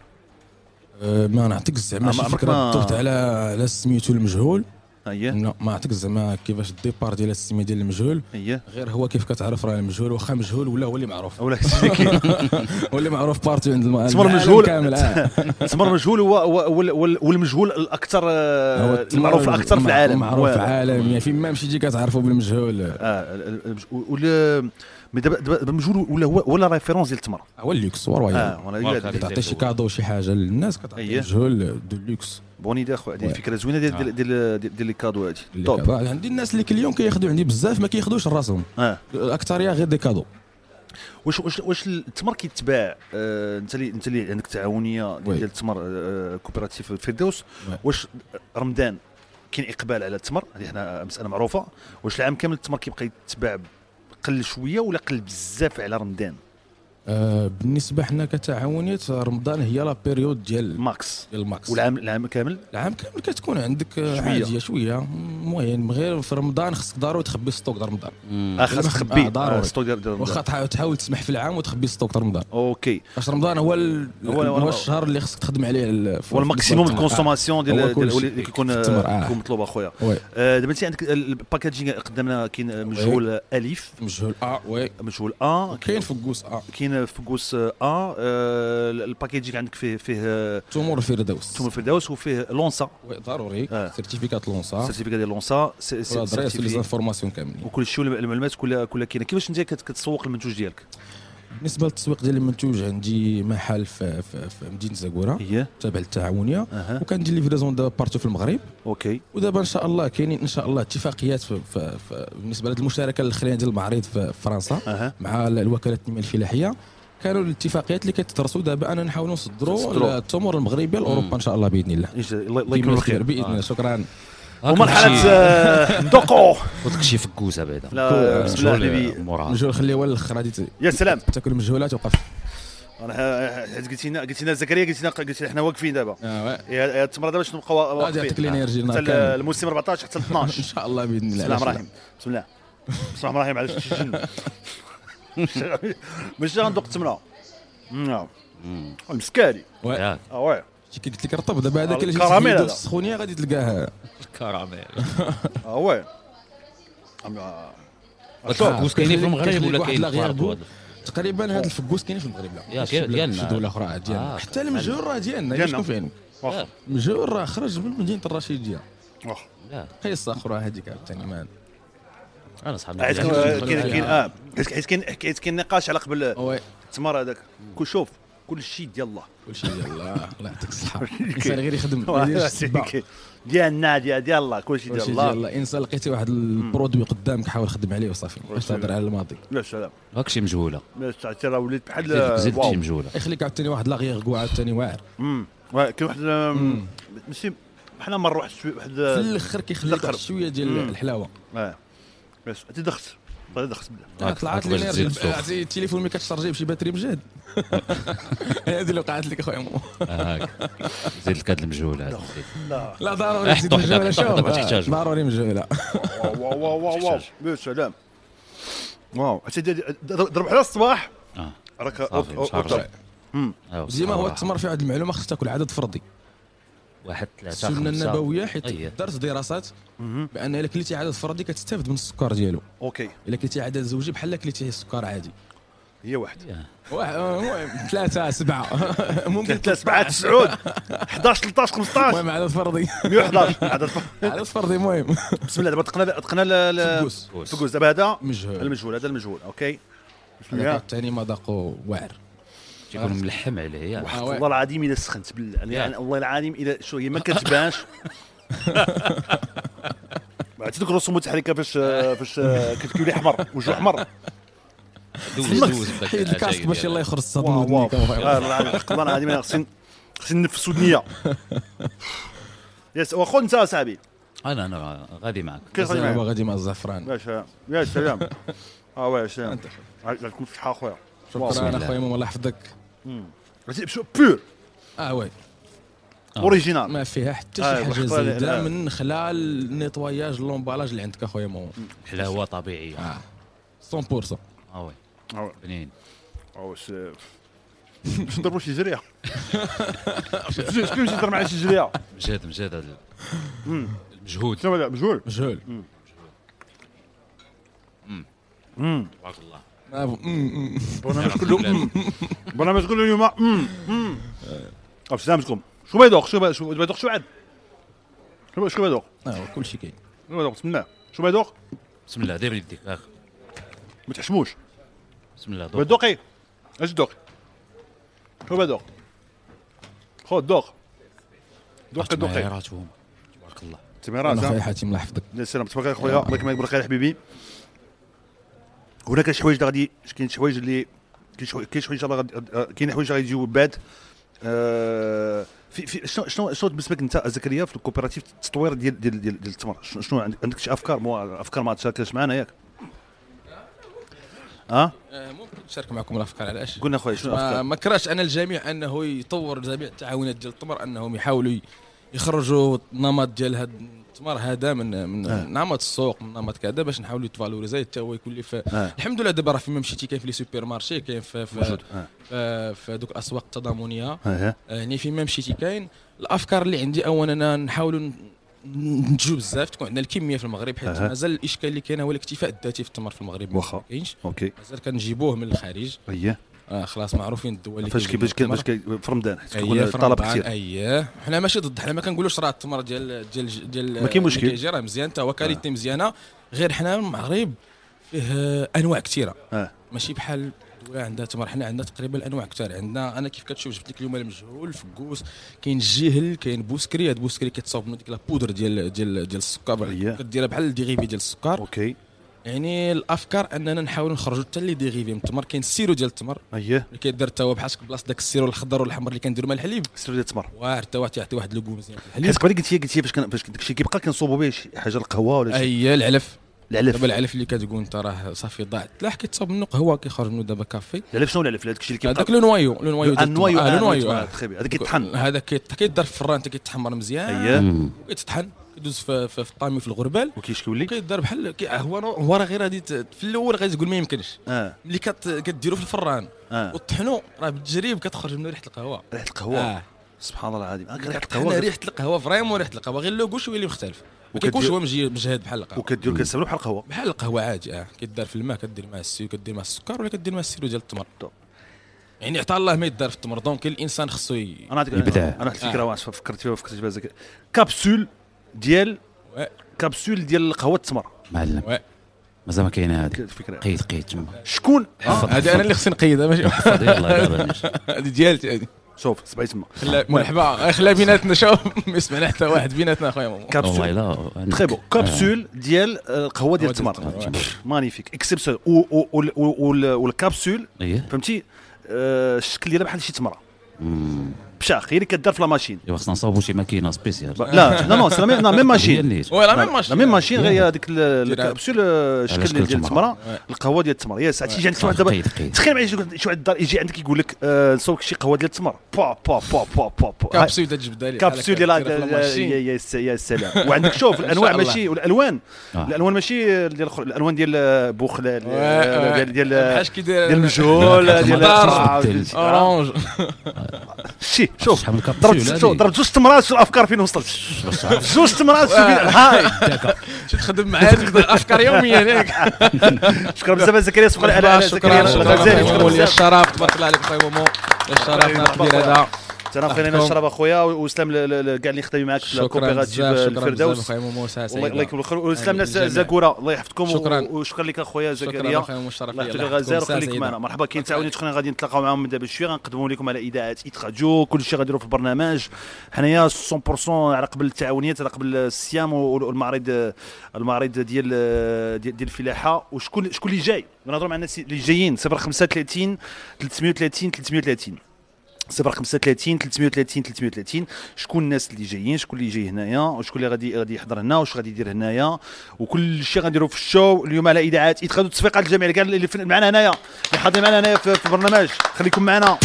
أه، ما نعطيك آه، زعما شي ما- فكره ما- بالضبط على على سميتو المجهول اييه لا ما نعطيك زعما كيفاش الديبار ديال السميه ديال المجهول اييه غير هو كيف كتعرف راه المجهول واخا مجهول ولا هو اللي معروف ولا [LAUGHS] هو اللي معروف بارتي عند الم- تمر العالم مجهول [LAUGHS] كامل آه. تمر مجهول هو هو- هو ال- هو ال- هو المجهول الاكثر آه، هو التمر المعروف الاكثر في المع- العالم معروف و- في العالم يعني فين ما مشيتي كتعرفوا بالمجهول اه ال- ال- المج- ولا مي دابا دابا دابا المجهول ولا هو ولا ريفيرونس ديال التمر هو اللوكس هو الرويال. آه، ولا هي هذه. كتعطي شي كادو شي حاجه للناس كتعطي أيه. مجهول دو لوكس بوني دي اخويا هذه وي. فكره زوينه ديال ديال ديال- ديال ديال لي كادو هذه طب طوب عندي الناس اللي كل يوم كياخذوا عندي بزاف ما كياخذوش راسهم اه الاكثريه غير دي كادو واش واش واش التمر كيتباع آه، انت اللي انت اللي عندك تعاونيه ديال ديال التمر آه، كوبيراتيف الفردوس وي. واش رمضان كاين اقبال على التمر هذه حنا مساله معروفه واش العام كامل التمر كيبقى يتباع قل شويه ولا قل بزاف على رمضان آه بالنسبه حنا كتعاونيه رمضان هي لا بيريود ديال الماكس الماكس والعام العام كامل العام كامل كتكون عندك آه، شوية. عاديه شويه المهم غير في رمضان خصك ضروري تخبي ستوك ديال رمضان آه، خاص تخبي. آه، ضروري آه، ستوك ديال- ديال رمضان. واخا تحاول تحاول تسمح في العام وتخبي ستوك ديال رمضان اوكي باش رمضان هو ال- هو- هو- هو الشهر اللي خصك تخدم عليه ال- في- هو الماكسيموم في ديال الكونسوماسيون ديال آه. هو ديال- كلشي. اللي كيكون في آه، التمر، آه. كيكون مطلوب اخويا وي. آه، دابا انت عندك ال- الباكاجينغ قدامنا كاين آه، مجهول آه، الف مجهول ا وي مجهول ا كاين فكوس ا كاين فكوس ا آه، الباكيجينغ عندك فيه فيه آه، تمور الفردوس توم الفردوس وفيه لونسا آه. وي ضروري سيرتيفيكات لونسا سيرتيفيكات ديال لونسا سي- سي- الادريس لي سيرتيفي- زانفورماسيون كاملين وكل شيء المعلومات كلها كلها كاينه كيفاش انت كت- كتسوق المنتوج ديالك بالنسبه للتسويق ديال المنتوج عندي محل في, في, في مدينه زاكوره تابع للتعاونيه وكندير ليفريزون دابا بارتو في المغرب اوكي ودابا ان شاء الله كاينين ان شاء الله اتفاقيات في في في بالنسبه للمشاركه الاخرين ديال المعرض في في فرنسا مع ال- الوكاله التنميه الفلاحيه كانوا الاتفاقيات اللي كتدرسوا دابا انا نحاولوا نصدروا نصدروا. التمر المغربيه لاوروبا ان شاء الله باذن الله الله يكون ديما بخير. خير باذن الله آه. شكرا هاك ومرحلة، آه، ندوقو. وتكشي فكوسه بعدا لا، بسم الله حبيبي. نجو خليوها للاخر غادي يا سلام تاكل مجهوله توقف انا ح- حيت قلت لنا قلت لنا زكريا قلت لنا قلت لنا حنا واقفين دابا اه يا التمره دابا باش نبقاو وا- غادي يعطيك واقفين الانرجي النهار حتى كامل. الموسم 14 حتى [LAUGHS] 12 ان شاء الله باذن الله بسم علاش الله لا. الرحمن الرحيم بسم الله بسم الله الرحمن الرحيم علاش تجن ماشي غندوق التمره نعم المسكاري واه واه شي قلت لك رطب دابا هذاك اللي آه، الكراميل جيت هذا. السخونيه غادي تلقاها كراميل اه واه الفكوس كاين في المغرب ولا كاين في غير الفرد؟ تقريبا هذا الفكوس كاين في المغرب لا يا شي كاين بلاد- ديالنا. شي دوله اخرى عاد ديالنا آه، حتى المجهور راه ديالنا ديالنا. ديالنا شكون فين واخا. المجهور راه خرج من مدينه الرشيديه واخا. قصه اخرى هذيك الثانيه مال انا صحابي حيت آه، كاين كاين آه. اه حيت حيت كاين حيت كاين نقاش على قبل التمر هذاك كل شوف كل شيء ديال الله كل شيء ديال الله آه، الله يعطيك [LAUGHS] الصحه الانسان غير يخدم ما يديرش السبع. ديالنا ديال ديال الله كل شيء كل ديال شيء الله الله انسان لقيتي واحد البرودوي قدامك حاول خدم عليه وصافي باش تهضر على الماضي لا سلام هاك شي مجهوله باش تعطي راه وليت بحال زيد واو. شي مجهوله يخليك عاوتاني واحد لاغيغ كوا عاوتاني واعر امم واه، كاين واحد آم، ماشي حنا مر واحد شويه واحد في الاخر كيخليك واحد شويه ديال الحلاوه. اه بس انت دخت طلع دخت آه، طلعت لي نير- عرفتي التليفون ملي كتشارجيه بشي باتري [LAUGHS] مجهد هذه اللي وقعت لك اخويا مو آه، هاك زيد لك هاد المجهوله هاد الزيت. لا لا ضروري تزيد احطو حداك، مجهوله احطو حداك، ما شوف تحتاجو. آه، ضروري مجهوله واو واو واو واو واو يا سلام واو عرفتي دي- دي- ضرب على الصباح اه راك أوف- صافي، أوف- مش عارف. أوف. مم. ديما هو التمر في واحد المعلومه خصك تاكل عدد فردي واحد ثلاثة السنه خمسة. النبويه حيت أيه. دارت دراسات بان الا كليتي عدد فردي كتستافد من السكر ديالو اوكي الا كليتي عدد زوجي بحال كليتي السكر عادي هي واحد واحد- المهم ثلاثة سبعة [LAUGHS] ممكن ثلاثة سبعة تسعود 11 13 15 المهم عدد فردي 111 عدد [LAUGHS] عدد فردي المهم بسم الله دابا تقنا تقنا ل- ل- فكوس. فكوس دابا هذا مجهول. المجهول هذا المجهول اوكي بسم هذاك الله الثاني مذاقه واعر تيكون ملحم عليه آه، يعني وحق والله العظيم الا سخنت بالله يعني والله العظيم الا شو هي ما [LAUGHS] كتبانش عرفتي ذوك الرسوم المتحركه فاش فاش كتولي احمر وجهه احمر دوز- دوز بداك حيد الكاسك العجايب باش يلا يخرج الصدمة من ودنيك. والله العظيم أنا خصني خصني نفس ودنيا يس واخو انت اصاحبي انا انا غادي معك كيف غادي معاك؟ غادي مع الزعفران يا سلام يا [LAUGHS] سلام اه واه يا سلام يعطيكم الصحه اخويا شكرا انا اخويا ماما الله يحفظك بيور اه وي آه. أوريجينال. ما فيها حتى آه، شي حاجه وحطها لي- زايده لا. من خلال النيطواياج لومبالاج اللي عندك اخويا ماما حلاوه طبيعيه آه. اه 100% اه وي بنين او [LAUGHS] سي باش نضربوا شي جريه شكون شكون باش يضرب معايا شي جريه مجهد مجهد هذا مم. المجهود شنو هذا مجهول مجهول امم تبارك الله برافو امم برنامج كله أمم. برنامج كله اليوم امم امم او سلامتكم شو بيدوق شو بيدوق شو بيدوق شو عاد شو شو بيدوق اه كلشي كاين شو بيدوق بسم الله شو بيدوق بسم الله دير يديك اخ ما تحشموش بسم الله دوق بدوقي اش دوق شو بيدوق خذ دوق Ah, دوقي دوقي تميرات هما تبارك الله تميرات انا ها؟ اخويا حاتم الله يحفظك يا سلام تبارك الله خويا الله يكمل بالخير حبيبي هناك شي حوايج اللي غادي كاين شي حوايج اللي كاين شي حوايج- كاين شي حوايج اللي غادي آه، كاين حوايج اللي غادي يجيو بعد آه، في في شنو شنو شنو بالنسبه لك انت زكريا في الكوبيراتيف التطوير ديال ديال ديال, ديال التمر شنو, شنو عندك, عندك شي افكار مو افكار ما تشاركش معنا ياك ها آه، ممكن نشارك معكم الافكار علاش قلنا خويا شنو ما الافكار ما كراش انا الجميع انه يطور جميع التعاونات ديال التمر انهم يحاولوا يخرجوا النمط ديال هذا التمر هذا من من آه. من نمط السوق من نمط كذا باش نحاولوا يتفالوريزي حتى هو يكون اللي في آه. الحمد لله دابا راه فيما مشيتي كاين في لي سوبر مارشي كاين في في موجود، آه. في- في دوك الاسواق التضامنيه آه. يعني فيما مشيتي كاين الافكار اللي عندي اولا نحاولوا ننتجوا بزاف تكون عندنا الكميه في المغرب حيت آه. مازال الاشكال اللي كاين هو الاكتفاء الذاتي في التمر في المغرب واخا ما كاينش اوكي مازال كنجيبوه من الخارج اييه آه خلاص معروفين الدول اللي أيه. فاش كي كيجيبوا باش كي- التمر. باش كي- في رمضان حيت أيه، كيكون في الطلب رمضان، كثير اييه حنا ماشي ضد حنا ما كنقولوش راه التمر ديال ديال ديال ما كاين اللي مشكل. كيجي راه مزيان حتى هو آه. كاليتي مزيانه غير حنا المغرب فيه آه، انواع كثيره اه ماشي بحال دول عندها تمر حنا عندنا تقريبا انواع كثار عندنا انا كيف كتشوف جبت لك اليوم المجهول الفكوس كاين الجهل كاين بوسكري هاد بوسكري كتصاوب من ديك لابودر ديال ديال ديال السكر كديرها بحال الديغيبي ديال السكر اوكي يعني الافكار اننا نحاولوا نخرجوا حتى لي ديغيفي من التمر كاين السيرو ديال التمر اييه اللي كيدير حتى هو بحال بلاصه داك السيرو الاخضر والاحمر اللي كنديروا مع الحليب السيرو ديال التمر واه حتى واحد تيعطي واحد لوبو مزيان في الحليب حيت قبل قلت لي قلت لي باش كان- باش داكشي كيبقى كنصوبوا به شي حاجه القهوه ولا شي اي أيوة، العلف العلف. دابا العلف اللي كتقول انت راه صافي ضاع تلاح كيتصاوب منه قهوه كيخرج منه دابا كافي العلف شنو العلف هذاك الشيء اللي كيبقى هذاك لو نوايو لو نوايو ديال النوايو التمر. آه، لو نوايو آه. تخي بيان. هذاك كيطحن هذا أيوه. كيت- كيدار في الفران انت كيتحمر مزيان أييه. مم. وكيتطحن كيدوز في في في الطامي في الغربال وكيشكي ولي كيدار بحال كي- آه، هو راه- هو راه غير غادي ت- في الاول غادي تقول ما يمكنش اه ملي كت- كديرو في الفران آه. وتطحنو راه بالتجريب كتخرج منه ريحه القهوه ريحه القهوه آه. سبحان الله العظيم آه، ريحه القهوه القهوه ريحه القهوه فريمون ريحه القهوه غير اللوغو شويه اللي مختلف ما وكدير- كيكونش هو مجي- مجهد بحال القهوه وكديرو كتستعملو بحال القهوه بحال القهوه عادي اه كيدار في الماء كدير معاه السيو كدير معاه السكر ولا كدير معاه السيرو ديال التمر يعني عطا الله ما يدار في التمر دونك الانسان خصو ي- آه. انا عندك انا واحد الفكره واش فكرت فيها فكرت فيها زك- كابسول ديال كابسول ديال القهوه التمر معلم واه. مازال ما كاين هذا الفكرة. قيد قيد تما شكون حفظ- آه، هذه انا اللي خصني نقيدها ماشي حفظ، يلا، يلا، ماشي. [LAUGHS] هذه ديالتي هذه شوف سبعي تما خلا- مرحبا خلا [LAUGHS] بيناتنا شوف ما يسمعنا حتى واحد بيناتنا اخويا ماما والله لا تخي بون كابسول ديال آه، القهوه ديال القهوة التمر مانيفيك اكسبسيون والكابسول إيه. فهمتي آه، الشكل ديالها بحال شي تمره بشاخ هي اللي كدار في لا ماشين ايوا خصنا نصاوبوا شي ماكينه سبيسيال [LAUGHS] لا لا نو سي لا ميم- لا ميم ماشين هي لا- لا ميم ماشين غير هذيك ال- ديرها الكابسول آه، على شكل الشكل ديال تمرة. التمره القهوه ديال التمر يا ساعتي يجي عندك شي واحد قيد، دابا قيد. تخيل معايا شي واحد- شي واحد الدار يجي عندك يقول لك آه، نصوبك شي قهوه ديال التمر با با با با با با كابسول تجبد عليه كابسول ديال بحال هكا، ديرها في هذا- الماشين. يا يا س- يا سلام وعندك [LAUGHS] شوف إن شاء الانواع الله. ماشي والالوان آه. الالوان ماشي ديال الخ- الالوان ديال بوخله واه. ديال ديال بحال شكي داير- ديال المجهول ديال الخضار، الصراع، ديال- آه. اورانج شي شوف شحال من ضربت كابسول شوف، ضربت جوج تمرات شو الافكار فين وصلت جوج تمرات شو فين هاي آه. [LAUGHS] شو تخدم معايا تقدر الافكار يوميا [LAUGHS] ياك شكرا بزاف زكريا شكرا على- مرحبا، على شكرا زكريا شكرا غزالي، شكرا خويا مومو، يا بزاف. الشراب تبارك الله عليك خويا مومو يا الشراب نهار كبير هذا تنافقين انا أحكم. الشراب اخويا وسلام ل- ل- ل- كاع اللي خدامين معاك في شكراً الكوبيراتيف بزاف، شكراً بزاف الفردوس أخويا مومو، ساعة الله سعيدة. الله يكمل الخير وسلام آمين ناس للجميع. زكوره الله يحفظكم و- شكراً. وشكرا لك اخويا شكراً زكريا أخويا مشرف الله ليا. يحفظك الله يحفظكم. غزال ساعة وخليك سعيدة. معنا مرحبا كاين تعاوني تخونا غادي نتلاقاو معاهم من دابا شويه غنقدموا لكم على اذاعه ايت راديو كل شيء غنديروا في البرنامج حنايا 100% على قبل التعاونيات على قبل الصيام وال- والمعرض المعرض ديال ديال ديال الفلاحه وشكون شكون اللي جاي غنهضروا مع الناس اللي جايين 035 330 330 صفر 35 330 330 شكون الناس اللي جايين شكون اللي جاي هنايا وشكون اللي غادي غادي يحضر هنا واش غادي يدير هنايا وكل شيء غنديرو في الشو اليوم على اذاعات يتخذوا التصفيق على الجميع كاع اللي في- معنا هنايا اللي حاضرين معنا هنايا في في البرنامج خليكم معنا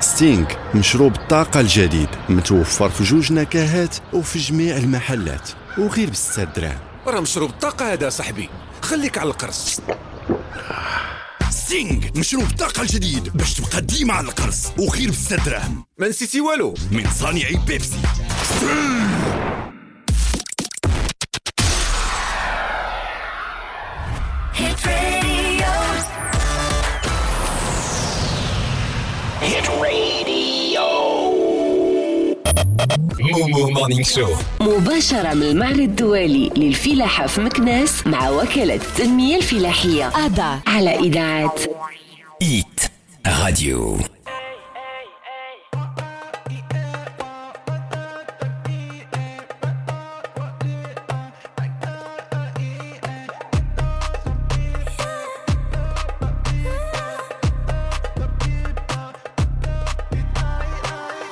ستينك مشروب الطاقة الجديد متوفر في جوج نكهات وفي جميع المحلات وغير بستة دراهم راه مشروب الطاقة هذا صاحبي خليك على القرص ستينغ مشروب الطاقة الجديد باش تبقى ديما على القرص وخير بستة دراهم ما نسيتي والو من صانعي بيبسي Hit radio. Hit radio. مومو مورنينغ شو مباشرة من المعرض الدولي للفلاحة في مكناس مع وكالة التنمية الفلاحية أدا على إذاعة ايت راديو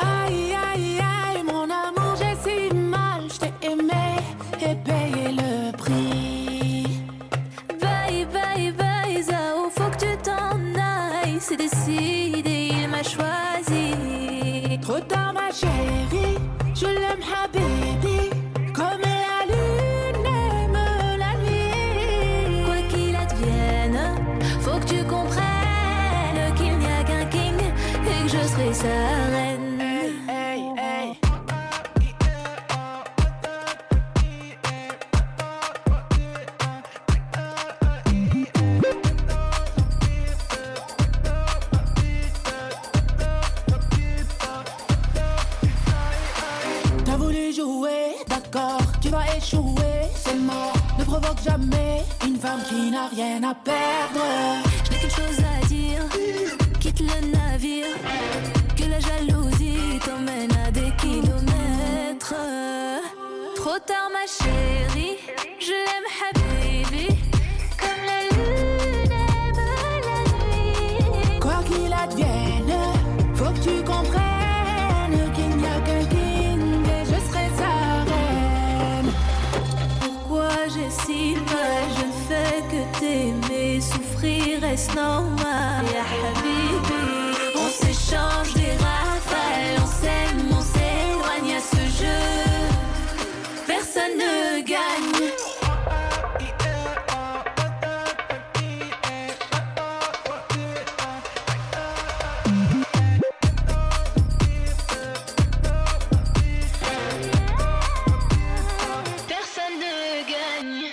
Aïe, aïe, aïe, mon amour, j'ai si mal. Je t'ai aimé et payé le prix. Bye bye bye Zao, faut que tu t'en ailles, c'est décidé, il m'a choisi. Trop tard, ma chérie, je l'aime, Habibi. Comme la lune aime la nuit. Quoi qu'il advienne, faut que tu comprennes qu'il n'y a qu'un king et que je serai sa reine. T'as voulu jouer, d'accord, tu vas échouer, c'est mort. Ne provoque jamais une femme qui n'a rien à perdre. Je n'ai qu'une chose à dire, quitte le navire, que la jalousie t'emmène tard ma chérie, je l'aime Habibi Comme la lune aime la nuit Quoi qu'il advienne, faut que tu comprennes qu'il n'y a qu'un king et je serai sa reine. Pourquoi j'ai si mal Je ne fais que t'aimer Souffrir est normal Ya Habibi On s'échange des rafales On s'aime, on s'éloigne à ce jeu Personne ne gagne Personne ne gagne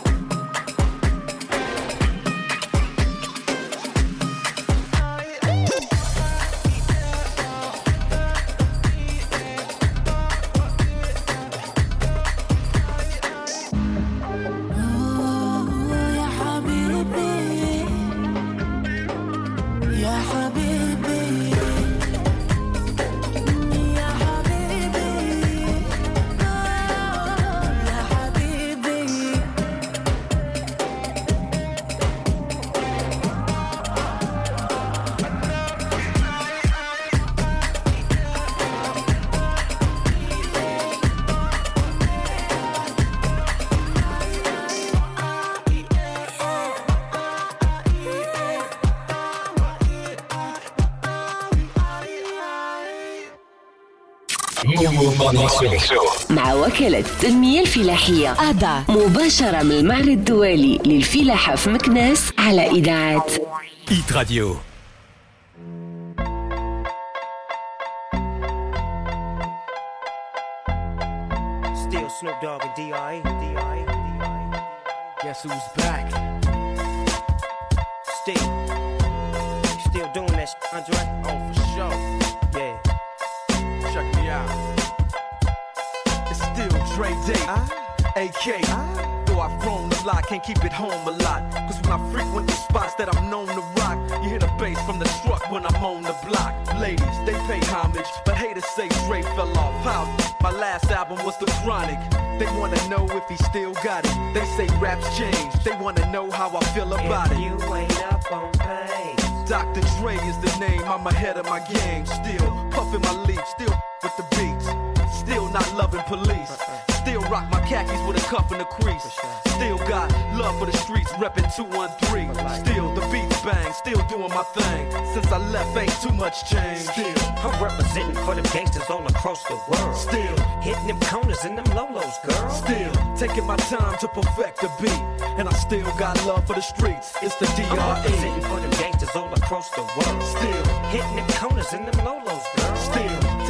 يا حبيبي يا حبيبي يا حبيبي يا حبيبي مع وكالة التنمية الفلاحية أدا مباشرة من المعرض الدولي للفلاحة في مكناس على إذاعة Hit Radio. Still Snoop Dogg and D.I. D.I. Guess who's back? Still. Still doing that shit, Andre? Oh, for sure. Yeah. Check me out. It's still Dre Day. AK. Though I've grown a lot, can't keep it home a lot. Cause when I frequent the spots that I'm known to rock, you hear the bass from the truck when I'm on the block. Ladies, they pay homage, but haters say Dre fell off. How? My last album was The Chronic. They wanna know if he still got it. They say raps change. They wanna know how I feel about it. You ain't up on Dr. Dre is the name. I'm ahead of my game. Still puffin' my leaf. Still with the beats. Still not loving police. Still rock my khakis with a cuff and a crease. Still got love for the streets, reppin' 213. Still the beats bang, still doing my thing. Since I left, ain't too much change. Still, I'm representing for them gangsters all across the world. Still, hitting them corners and them lolos, girl. Still, taking my time to perfect the beat. And I still got love for the streets. It's the DRE. I'm representing for them gangsters all across the world. Still, hitting them corners and them lolos, girl. Still,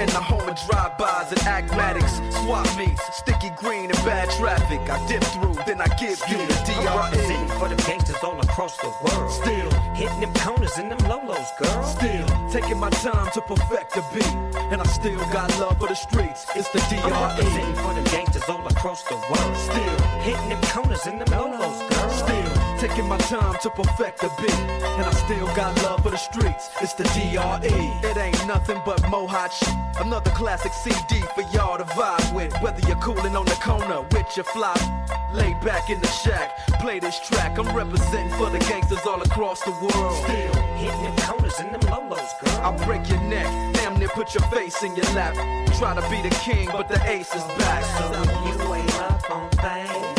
In the home of drive-bys and acmatics. Swap meets, sticky green and bad traffic. I dip through, then I give you the I'm DRE. representing for them gangsters all across the world. Still hitting them corners and them lolos, girl. Still taking my time to perfect the beat, and I still got love for the streets. It's the E. DRE. I'm representing for them gangsters all across the world. Still hitting them corners and them lolos, girl. Still taking my time to perfect the beat, E. and I still got love for the streets. It's the DRE. It ain't nothing but mohawk shit. Another classic CD for y'all to vibe with. Whether you're cooling on the corner with your fly, lay back in the shack, play this track. I'm representing for the gangsters all across the world. Still hitting them corners in them lolos, girl. I'll break your neck, damn near put your face in your lap. Try to be the king, but the ace is back. So you ain't up on things.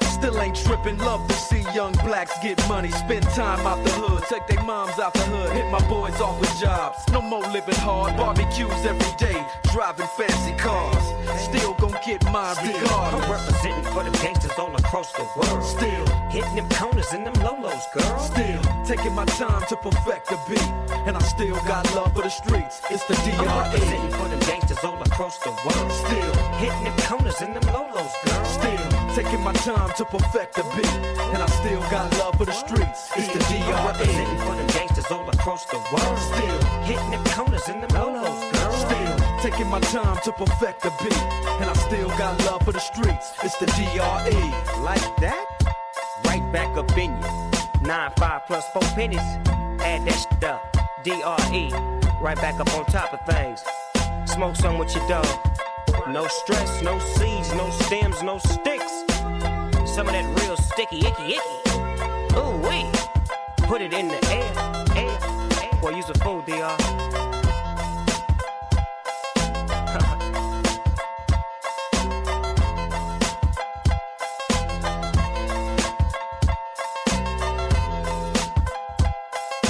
Still ain't tripping, love to see young blacks get money. Spend time out the hood, take their moms out the hood, hit my boys off with jobs. No more living hard, barbecues every day, driving fancy cars. Still gon' get mine regardless. I'm representing for the gangsters all across the world. Still hitting them corners in them lolos, girl. Still taking my time to perfect the beat, and I still got love for the streets. It's the DRE. I'm representing for them gangsters all across the world. Still hitting them corners in them lolos, girl. Still taking my time to perfect the beat, and I still got love for the streets. It's the I'm DRE. representing for them gangsters all across the world. Still hitting them corners in them lolos, girl. Still taking my time to perfect the beat, and I still got love for the streets. It's the E. DRE. Like that? Right back up in you. Nine, five plus four pennies. Add that shit up. DRE. Right back up on top of things. Smoke some with your dog. No stress, no seeds, no stems, no sticks. Some of that real sticky, icky, icky. Ooh, wee. Put it in the air, air, air. Boy, use a fool, DR.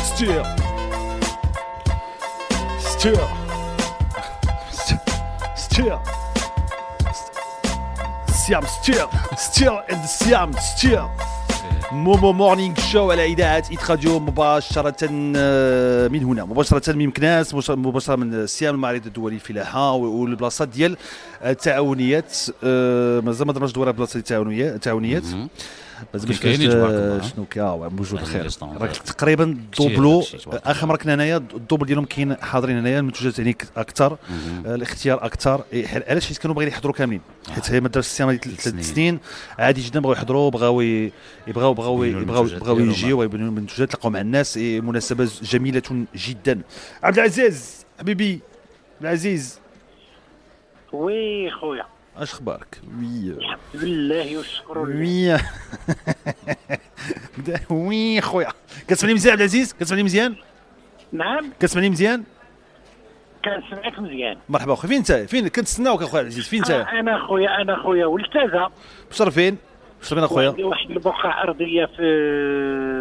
Still. Still. Still. Siam Still. Still and Siam Still. مومو مورنينغ شو على اذاعه ايت راديو مباشره آه، من هنا مباشره من مكناس مش- مباشره من السيام المعرض الدولي الفلاحه و- والبلاصه ديال eh, التعاونيات آه، مازال ما درناش دوار بلاصه التعاونيه التعاونيات مازال ما كاين- كاين شفناش، اللي آه، تبارك الله. شنو كا آه، موجود يعني خير قشطة، راك فوالا. تقريبا كتير دوبلو هادشي، تبارك اخر مره كنا هنايا الدوبل ديالهم كاين حاضرين هنايا المنتوجات يعني اكثر آه، الاختيار اكثر إيه، حل- علاش حيت كانوا باغيين يحضروا كاملين آه. حيت هي ما دارش السيما ديال ثلاث سنين عادي جدا بغاو يحضروا بغاو ي- يبغاو بغاو يبنوا يبغاو المنتوجات بغاو ديالهم. يجيو ويبنوا المنتوجات تلاقوا مع الناس إيه، مناسبه ز- جميله جدا عبد العزيز حبيبي عبد العزيز وي خويا اش اخبارك وي بالله والشكر لله [LAUGHS] وي بدا- وي خويا كتسمعني مزيان عبد العزيز كتسمعني مزيان نعم كتسمعني مزيان كنسمعك مزيان مرحبا اخويا فين انت فين كنتسناوك اخويا عبد العزيز فين انت آه، انا خويا انا خويا ولتازا مشرفين مشرفين اخويا عندي واحد البقعه ارضيه في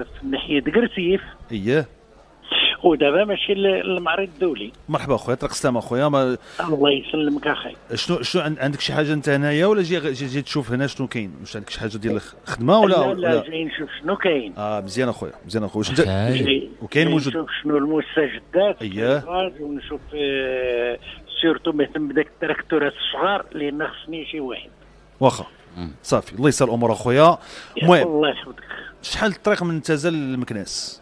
في ناحيه كرسيف اييه ودابا ماشي ل- للمعرض الدولي مرحبا اخويا طريق السلامه اخويا ما الله يسلمك اخي شنو شنو عن- عندك شي حاجه انت هنايا ولا جي جي, جي تشوف هنا شنو كاين واش عندك شي حاجه ديال الخ- خدمه ولا لا لا ولا جاي نشوف شنو كاين اه مزيان اخويا مزيان اخويا واش جاي- انت وكاين جاي موجود أه. إيه. نشوف شنو المستجدات إياه. الغاز ونشوف آه، سيرتو مهتم بداك التراكتورات الصغار لان خصني شي واحد واخا صافي الله يسهل الامور اخويا المهم الله يحفظك شحال الطريق من تازا لمكناس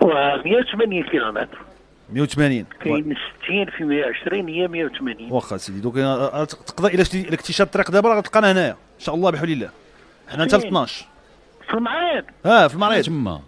و 180 كيلومتر 180 كاين 60 في 120 هي 180 واخا سيدي دوك آه، آه، تقدر الا شتي- إلا كنتي شاد الطريق دابا راه غتلقانا هنايا ان شاء الله بحول الله حنا حتى ل فين؟ 12 في المعارض اه في المريض تما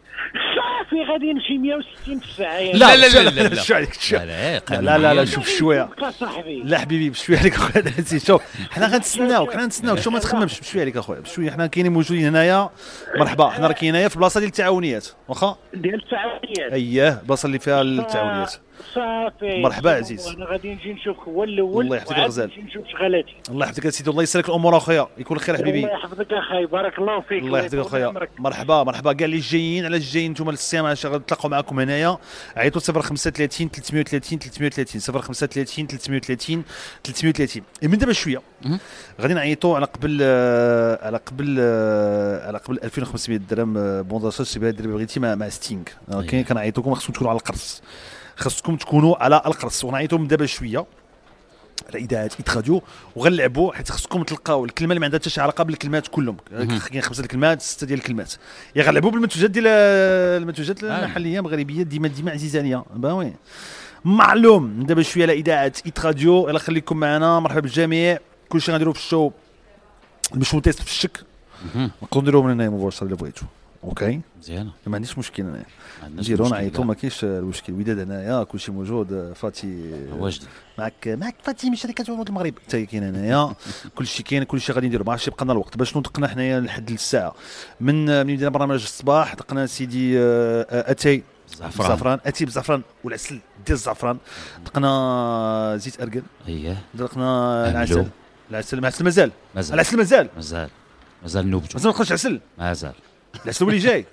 صافي غادي نمشي 160 في الساعه يا لا أخي. لا لا لا شو عليك شو لا لا لا, لا شوف شويه بقى صاحبي لا حبيبي بشويه عليك اخويا العزيز شوف حنا غنتسناوك حنا غنتسناوك شوف ما تخممش بشويه عليك اخويا بشويه حنا كاينين موجودين هنايا مرحبا حنا راه كاين هنايا في بلاصه ديال التعاونيات واخا ديال التعاونيات آه. اييه البلاصه اللي فيها التعاونيات صافي مرحبا عزيز. انا غادي نجي نشوفك هو الاول الله يحفظك وعاد غزال. نجي نشوف شغلاتي الله يحفظك سيدي الله يسلك الامور اخويا يكون خير حبيبي الله يحفظك اخي بارك الله فيك الله يحفظك يطول اخويا عمرك. مرحبا مرحبا كاع اللي جايين على جايين نتوما للسيما غنتلاقاو معاكم هنايا عيطوا 035 330 330 035 330 330 إيه، من دابا شويه غادي نعيطوا على قبل آه، على قبل آه، على قبل 2500 درهم آه، بون داشا شي بلاد اللي بغيتي مع مع ستينغ آه، كاين كنعيطوا لكم خاصكم تكونوا على القرص خاصكم تكونوا على القرص ونعيطوا من دابا شويه على اذاعه ايت راديو وغنلعبوا حيت خصكم تلقاو الكلمه اللي ما عندها حتى شي علاقه بالكلمات كلهم مهم. كاين خمسه الكلمات سته ديال الكلمات يا غنلعبوا بالمنتوجات ديال آه، المنتوجات المحليه المغربيه ديما ديما عزيزه عليا با وي معلوم من دابا شويه على اذاعه ايت راديو يلا خليكم معنا مرحبا بالجميع كلشي غنديرو في الشو المشو تيست في الشك نقدروا نديرو من هنا مباشره اللي بغيتو اوكي مزيان ما عنديش مشكل انا عندناش نجيرو مشكل، نعيطو لا. ما كاينش الوشكل الوداد هنايا كلشي موجود فاتي واجدي معك معك فاتي من شركه عروض المغرب حتى هي كاين هنايا كلشي كاين كلشي غادي نديرو ما عرفتش يبقى لنا الوقت باش دقنا حنايا لحد الساعه من من بدينا برنامج الصباح دقنا سيدي آه، آه، اتاي زعفران. زعفران اتاي بالزعفران والعسل ديال الزعفران دقنا زيت ارقل اييه دقنا إيه. أملو. العسل العسل العسل مازال مازال. العسل مازال مازال مازال نوبجو مازال ما دخلش عسل مازال العسل اللي جاي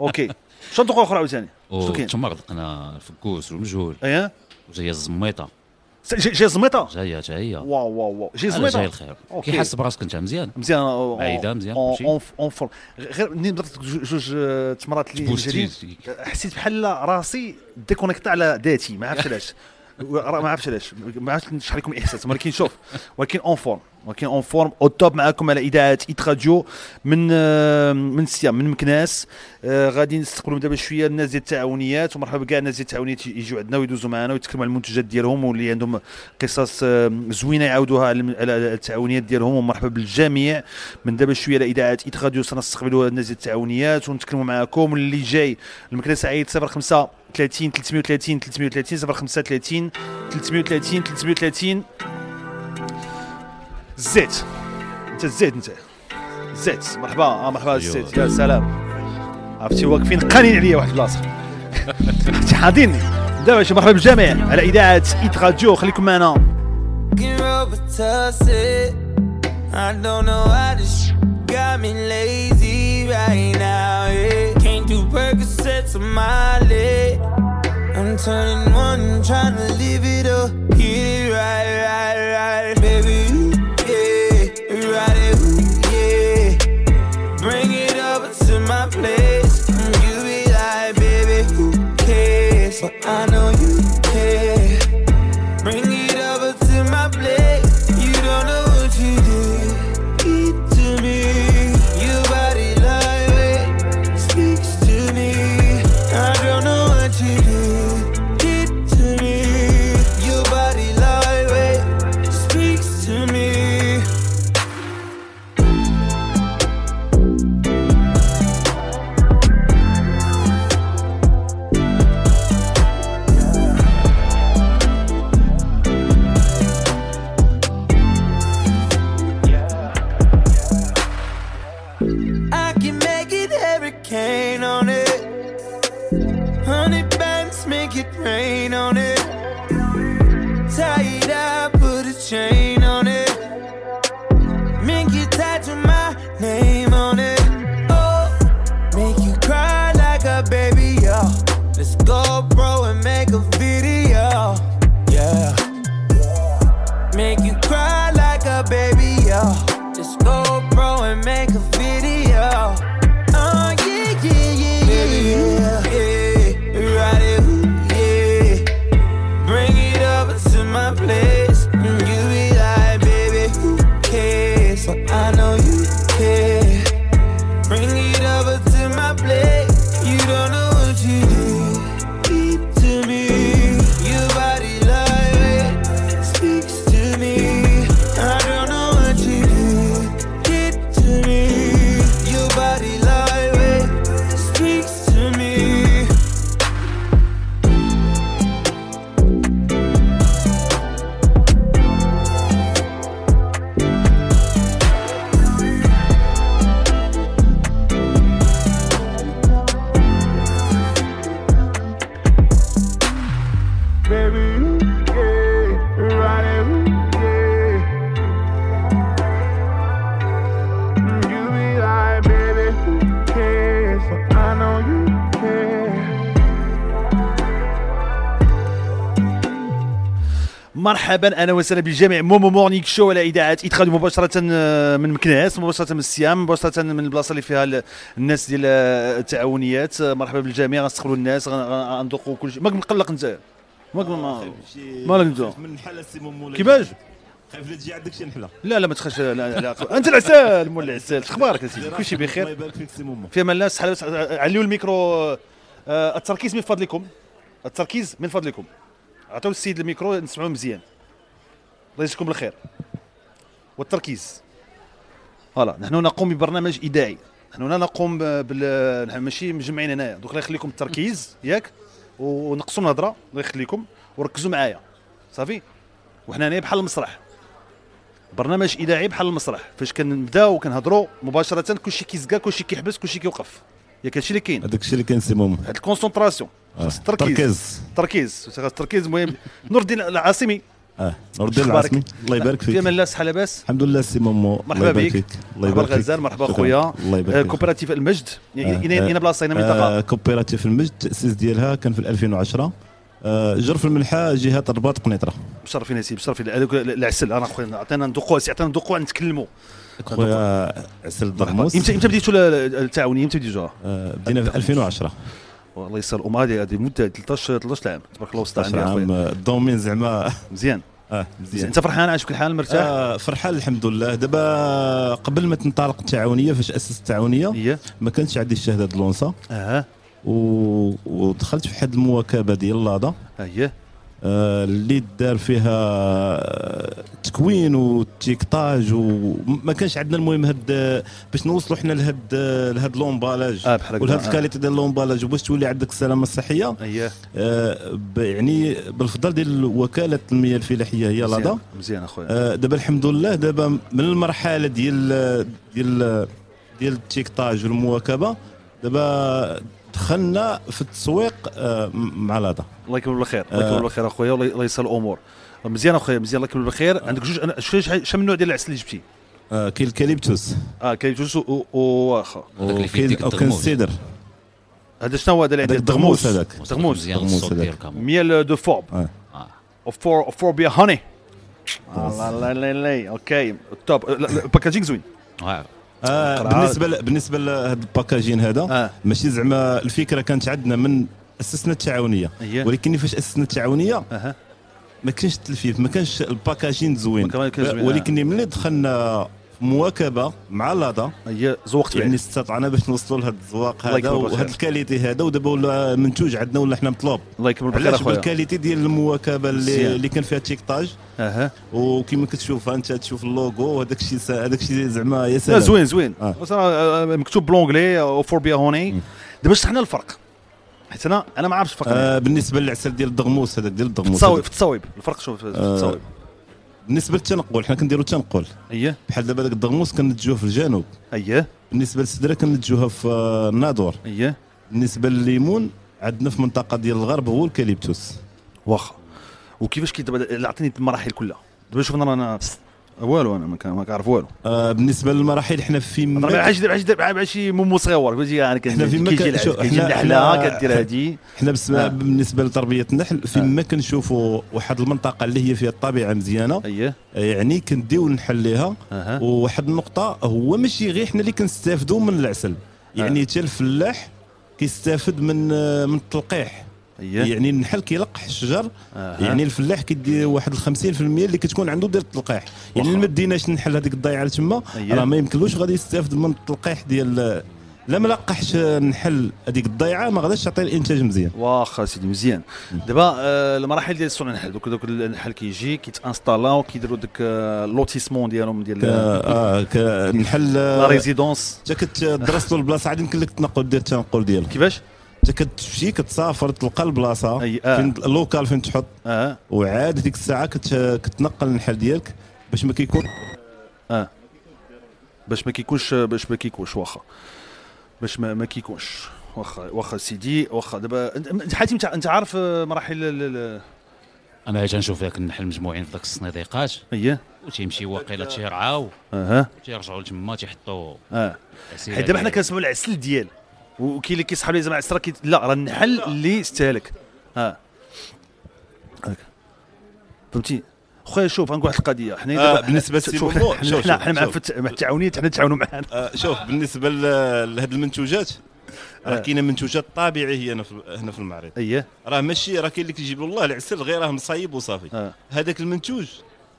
اوكي شنطوق اخرى عاوتاني شنو كاين إيه؟ وتما غدقنا الفكوس والمجهول اييه وجايه الزميطه جايه الزميطه جايه جايه واو واو واو جاي على زوينه جاي الخير كي حس براسك انت مزيان مزيان بعيده مزيان كلشي. اون اون فور غير منين درت جو- جوج آه، تمرات اللي تبوستي جريت حسيت بحال راسي ديكونيكتا على ذاتي ما عرفتش علاش ورا- ما عرفتش علاش ما عرفتش نشرح لكم الاحساس ولكن شوف ولكن اون فورم ولكن اون فورم او توب معاكم على اذاعه ايت راديو من آه، من سيام من مكناس آه، غادي نستقبلوا دابا شويه الناس ديال التعاونيات ومرحبا كاع الناس ديال التعاونيات يجوا عندنا ويدوزوا معنا ويتكلموا على المنتجات ديالهم واللي عندهم قصص آه، زوينه يعاودوها على الم- على التعاونيات ديالهم ومرحبا بالجميع من دابا شويه على اذاعه ايت راديو سنستقبلوا الناس ديال التعاونيات ونتكلموا معاكم اللي جاي المكناس عيط 05 30 330 330 05 30 330 330 الزيت انت الزيت انت الزيت مرحبا آه مرحبا الزيت يا سلام عرفتي واقفين قانين عليا واحد البلاصه حاضيني دابا شي مرحبا بالجميع على اذاعه ايت راديو خليكم معنا Can rub a tuss it. eh? I don't know how this sh- got me lazy right now. Yeah. Can't do Percocets on my leg. I'm turning one, trying to live it up. Get it right, right, right. Baby, ooh, yeah. Ride it, ooh, yeah. Bring it up to my place. And you be like, baby, who cares? But I know you care. Bring it over to my plate. You don't know what you did. Eat to me. Your body lightweight speaks to me. I don't know what you did. Did to me. Your body lightweight speaks to me. I can make it hurricane on it. Honey bands make it rain on it. Tie it up, put a chain on it. Make you tied to my name on it. Oh, make you cry like a baby, yo. Let's go, bro, and make a video. Yeah. Make you cry like a baby, yo. Just go, bro, and make a video. Oh, yeah, yeah, yeah, yeah, yeah. Ride it, ooh, yeah. Bring it over to my place. And you be like, baby, who cares? But I know you care. Bring it over to my plate. You don't know what you did. Deep to me. Your body like it speaks to me. I don't know what you did. Did to me. Your body like it speaks to me. Baby, ooh, yeah, ride it, ooh, yeah. You be like, baby, who cares? But I know you care. مرحبا انا وسهلا بالجميع مومو مورنينغ شو على اذاعه ايتخاد مباشره آه، من مكناس مباشره من السيام مباشره من البلاصه اللي فيها ال- الناس ديال آه، التعاونيات آه، مرحبا بالجميع غنستقبلوا الناس غن- غن- غندوقوا كل شيء ماك مقلق انت ماك ما- مالك انت من الحلا سي مومو ولا كيفاش خايف لا تجي عندك شي نحله لا لا ما تخش لا لا انت العسال مول العسال اخبارك اسيدي كلشي بخير الله يبارك فيك سي مومو في امان الله صحة بس عليوا الميكرو آه، التركيز من فضلكم التركيز من فضلكم عطوا السيد الميكرو نسمعوه مزيان الله يجزيكم بالخير والتركيز فوالا نحن نقوم ببرنامج اذاعي هنا نقوم بال نحن ماشي مجمعين هنايا دوك الله يخليكم التركيز ياك ونقصوا الهضره الله يخليكم وركزوا معايا صافي وحنا هنا بحال المسرح برنامج اذاعي بحال المسرح فاش كنبداو كنهضروا مباشره كلشي كيزكى كلشي كيحبس كلشي كيوقف ياك هادشي اللي كاين هذاك الشيء اللي كاين سي مومون هاد الكونسونطراسيون آه، خاص التركيز التركيز. التركيز خاص التركيز المهم نور الدين العاصمي اه نور الدين أخبارك؟ العاصمي الله يبارك فيك في امان الله صحه لاباس الحمد لله سي مومو الله مرحبا يبارك بك فيك. الله مرحبا يبارك فيك. غزال مرحبا شكراً. خويا الله يبارك آه، فيك. كوبراتيف المجد يعني هنا هنا بلاصه هنا منطقه آه، كوبيراتيف المجد التاسيس ديالها كان في 2010 آه، جرف الملحه جهه الرباط قنيطره مشرفين يا سيدي مشرفين هذوك العسل انا خويا عطينا ندوقوا سي عطينا ندوقوا نتكلموا خويا عسل الضرموس امتى امتى بديتوا ال- التعاونيه امتى بديتوها بدينا في 2010 والله يسر الام هذه هذه مده 13 13 عام تبارك الله وسط 16 عليك يعني يا خويا. عام آه، الدومين زعما مزيان اه مزيان. [LAUGHS] مزيان انت فرحان على شكون الحال مرتاح آه فرحان الحمد لله دابا قبل ما تنطلق التعاونيه فاش اسست التعاونيه ما كانش عندي الشهاده د لونسا اه و... ودخلت في حد المواكبه ديال لادا اييه آه، اللي دار فيها آه، تكوين وتيكطاج وما كانش عندنا المهم هاد آه، باش نوصلوا حنا لهاد آه، لهاد لومبالاج آه، بحال هكذا، ولهاد آه. الكاليتي ديال لومبالاج وباش تولي عندك السلامه الصحيه اييه آه، ب- يعني بالفضل ديال وكاله المياه الفلاحيه هي مزيان- لادا مزيان اخويا آه، دابا الحمد لله دابا من المرحله ديال ديال ديال التيكتاج والمواكبه دابا دخلنا في التسويق آه، م- مع لادا الله يكمل بالخير الله يكمل آه. بالخير اخويا الله الله يسهل الامور مزيان اخويا مزيان الله يكمل أه. بالخير عندك جوج أنا- شو- شو شو من النوع ديال العسل اللي جبتي آه، كاين الكاليبتوس اه كاين جوج و- و- واخا وكاين وكاين السيدر هذا شنو هو هذا اللي هذاك عندي الدغموس هذاك. آه. الدغموس مزيان الصوت الدغموس هذاك. ديالو كامل. ميل دو فورب فور فور بيا هاني الله الله الله الله اوكي توب لا- لا، الباكاجينغ زوين آه قرعة. بالنسبه ل... بالنسبه لهذا الباكاجين هذا آه. ماشي زعما الفكره كانت عندنا من اسسنا التعاونيه أيه. ولكن فاش اسسنا التعاونيه آه. ما كانش التلفيف ما كانش الباكاجين زوين ما كانش زوين، آه. ولكن ملي دخلنا في مواكبه مع لادا هي زوقت يعني بعيد. استطعنا باش نوصلوا لهذا الزواق الله هذا يكبر بالخير. وهذا الكاليتي هذا ودابا ولا منتوج عندنا ولا حنا مطلوب الله يكبر بالخير علاش أخويا. بالكاليتي ديال المواكبه مزيان. اللي, اللي كان فيها التيكتاج اها وكما كتشوفها انت تشوف اللوغو وهذاك الشيء سا- هذاك الشيء زعما يا لا سلام زوين زوين آه. بس أنا، آه، مكتوب بلونجلي آه، فور بيا هوني دابا شحال الفرق حيت انا انا ما عرفتش الفرق آه بالنسبه للعسل ديال الدغموس هذاك ديال في الدغموس التصاويب في هذاك. التصاويب الفرق شوف في آه، التصاويب بالنسبه للتنقل حنا كنديروا التنقل اييه بحال دابا داك الدغموس كنتجوه في الجنوب اييه بالنسبه للسدره كنتجوها في آه، الناظور اييه بالنسبه لليمون عندنا في منطقه ديال الغرب هو الكاليبتوس واخا وكيفاش كي دابا لا، عطيني المراحل كلها دابا شوف انا انا والو انا ما كان- ما كنعرف والو آه بالنسبه للمراحل حنا في ما- عايش دابا عايش دابا عايش شي مومو صغيور كيجي انا حنا في كيجي مكان العسل، كيجي النحله كدير هادي حنا بالنسبه آه. بالنسبه لتربيه النحل فيما كنشوفوا واحد المنطقه اللي هي فيها الطبيعه مزيانه اييه يعني كنديو نحليها أها. وواحد النقطه هو ماشي غير حنا اللي كنستافدوا من العسل آه. يعني حتى الفلاح كيستافد من آه، من التلقيح أيه. يعني النحل كيلقح الشجر أها. يعني الفلاح كيدير واحد ال 50% اللي كتكون عنده ديال التلقيح يعني اللي ما ديناش نحل هذيك الضيعه اللي تما أيه. راه ما يمكنلوش غادي يستافد من التلقيح ديال لا ما لقحش النحل هذيك الضيعه ما غاداش يعطي الانتاج مزيان واخا سيدي مزيان دابا آه، المراحل ديال صنع النحل دوك دوك النحل كيجي كيتانستالاو كيديروا داك آه، لوتيسمون ديالهم ديال آه. ك- اه كنحل لا ريزيدونس انت كتدرس له البلاصه عاد يمكن لك تنقل دير التنقل ديالك كيفاش انت كتمشي كتسافر تلقى البلاصه آه. فين اللوكال فين تحط اه وعاد ديك الساعه كت... كتنقل النحل ديالك باش ما كيكون اه باش ما كيكونش باش ما كيكونش واخا باش ما, ما كيكونش واخا واخا سيدي واخا دابا أنت- أنت حاتم انت انت عارف آه، مراحل ال- ال- انا عاد نشوف ياك النحل مجموعين في ذاك الصنيديقات اييه وتيمشي واقيلا تيرعاو إيه. أها. تيرجعوا لتما تيحطوا اه العسيل حيت دابا حنا عليه. كنسمعوا العسل ديال وكاين اللي كيسحب لي زعما عسل راه كي- لا راه النحل اللي استهلك اه هاك. فهمتي خويا شوف غنقول واحد القضيه حنا آه، دابا- بالنسبة شوف، لسيمو، حنا- شوف، حنا شوف، حنا مع شوف. فت- مع التعاونيات حنا تعاونوا معنا آه شوف بالنسبه ل- لهاد المنتوجات راه آه. كاينه منتوجات طبيعيه هنا في هنا في المعرض اييه راه ماشي راه كاين اللي كيجيب الله العسل غير راه مصايب وصافي آه. هذاك المنتوج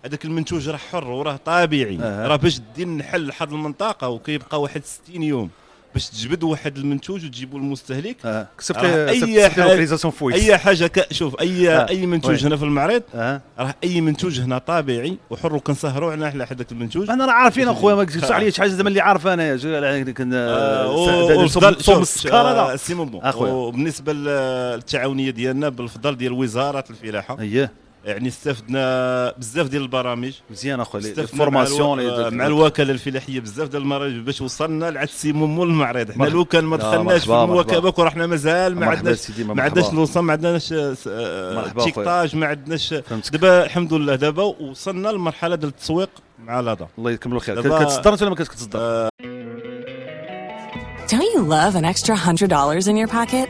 هذاك المنتوج راه حر وراه طبيعي آه. راه باش دير نحل لحد المنطقه وكيبقى واحد 60 يوم باش تجبد واحد المنتوج وتجيبه للمستهلك آه. كسبت راه لي- اي كسبت لي حاجة- لوكاليزاسيون فويس. اي حاجه ك... شوف اي آه. اي منتوج وي. أه. هنا في المعرض راه اي منتوج هنا طبيعي وحر كنسهروا على على هذاك المنتوج انا راه عارفين اخويا ما تقولش عليا شي حاجه زعما اللي عارف انا يا جل- على هذيك ال- آه، سعداد- صوم- صوم السكر هذا. آه، سي مومون اخويا وبالنسبه ل- للتعاونيه ديالنا بالفضل ديال وزاره الفلاحه اييه يعني استفدنا بزاف ديال البرامج مزيان اخويا لي- استفدنا مع الفورماسيون، الوا- لي- مع الوكاله الفلاحيه بزاف ديال المراجع باش وصلنا لعاد سي مومو المعرض حنا مرحبا. لو كان ما لا، دخلناش في مرحبا، مرحبا. المواكبه كون رحنا مازال ما مرحبا عندناش سيدي، ما مرحبا. عندناش نوصل ما عندناش مرحبا تيك أخويا. تاج ما عندناش دابا الحمد لله دابا وصلنا للمرحله ديال التسويق مع لادا الله يكملو خير دابا- آه، كتصدر ولا ما كتصدر Don't you love an extra $100 in your pocket?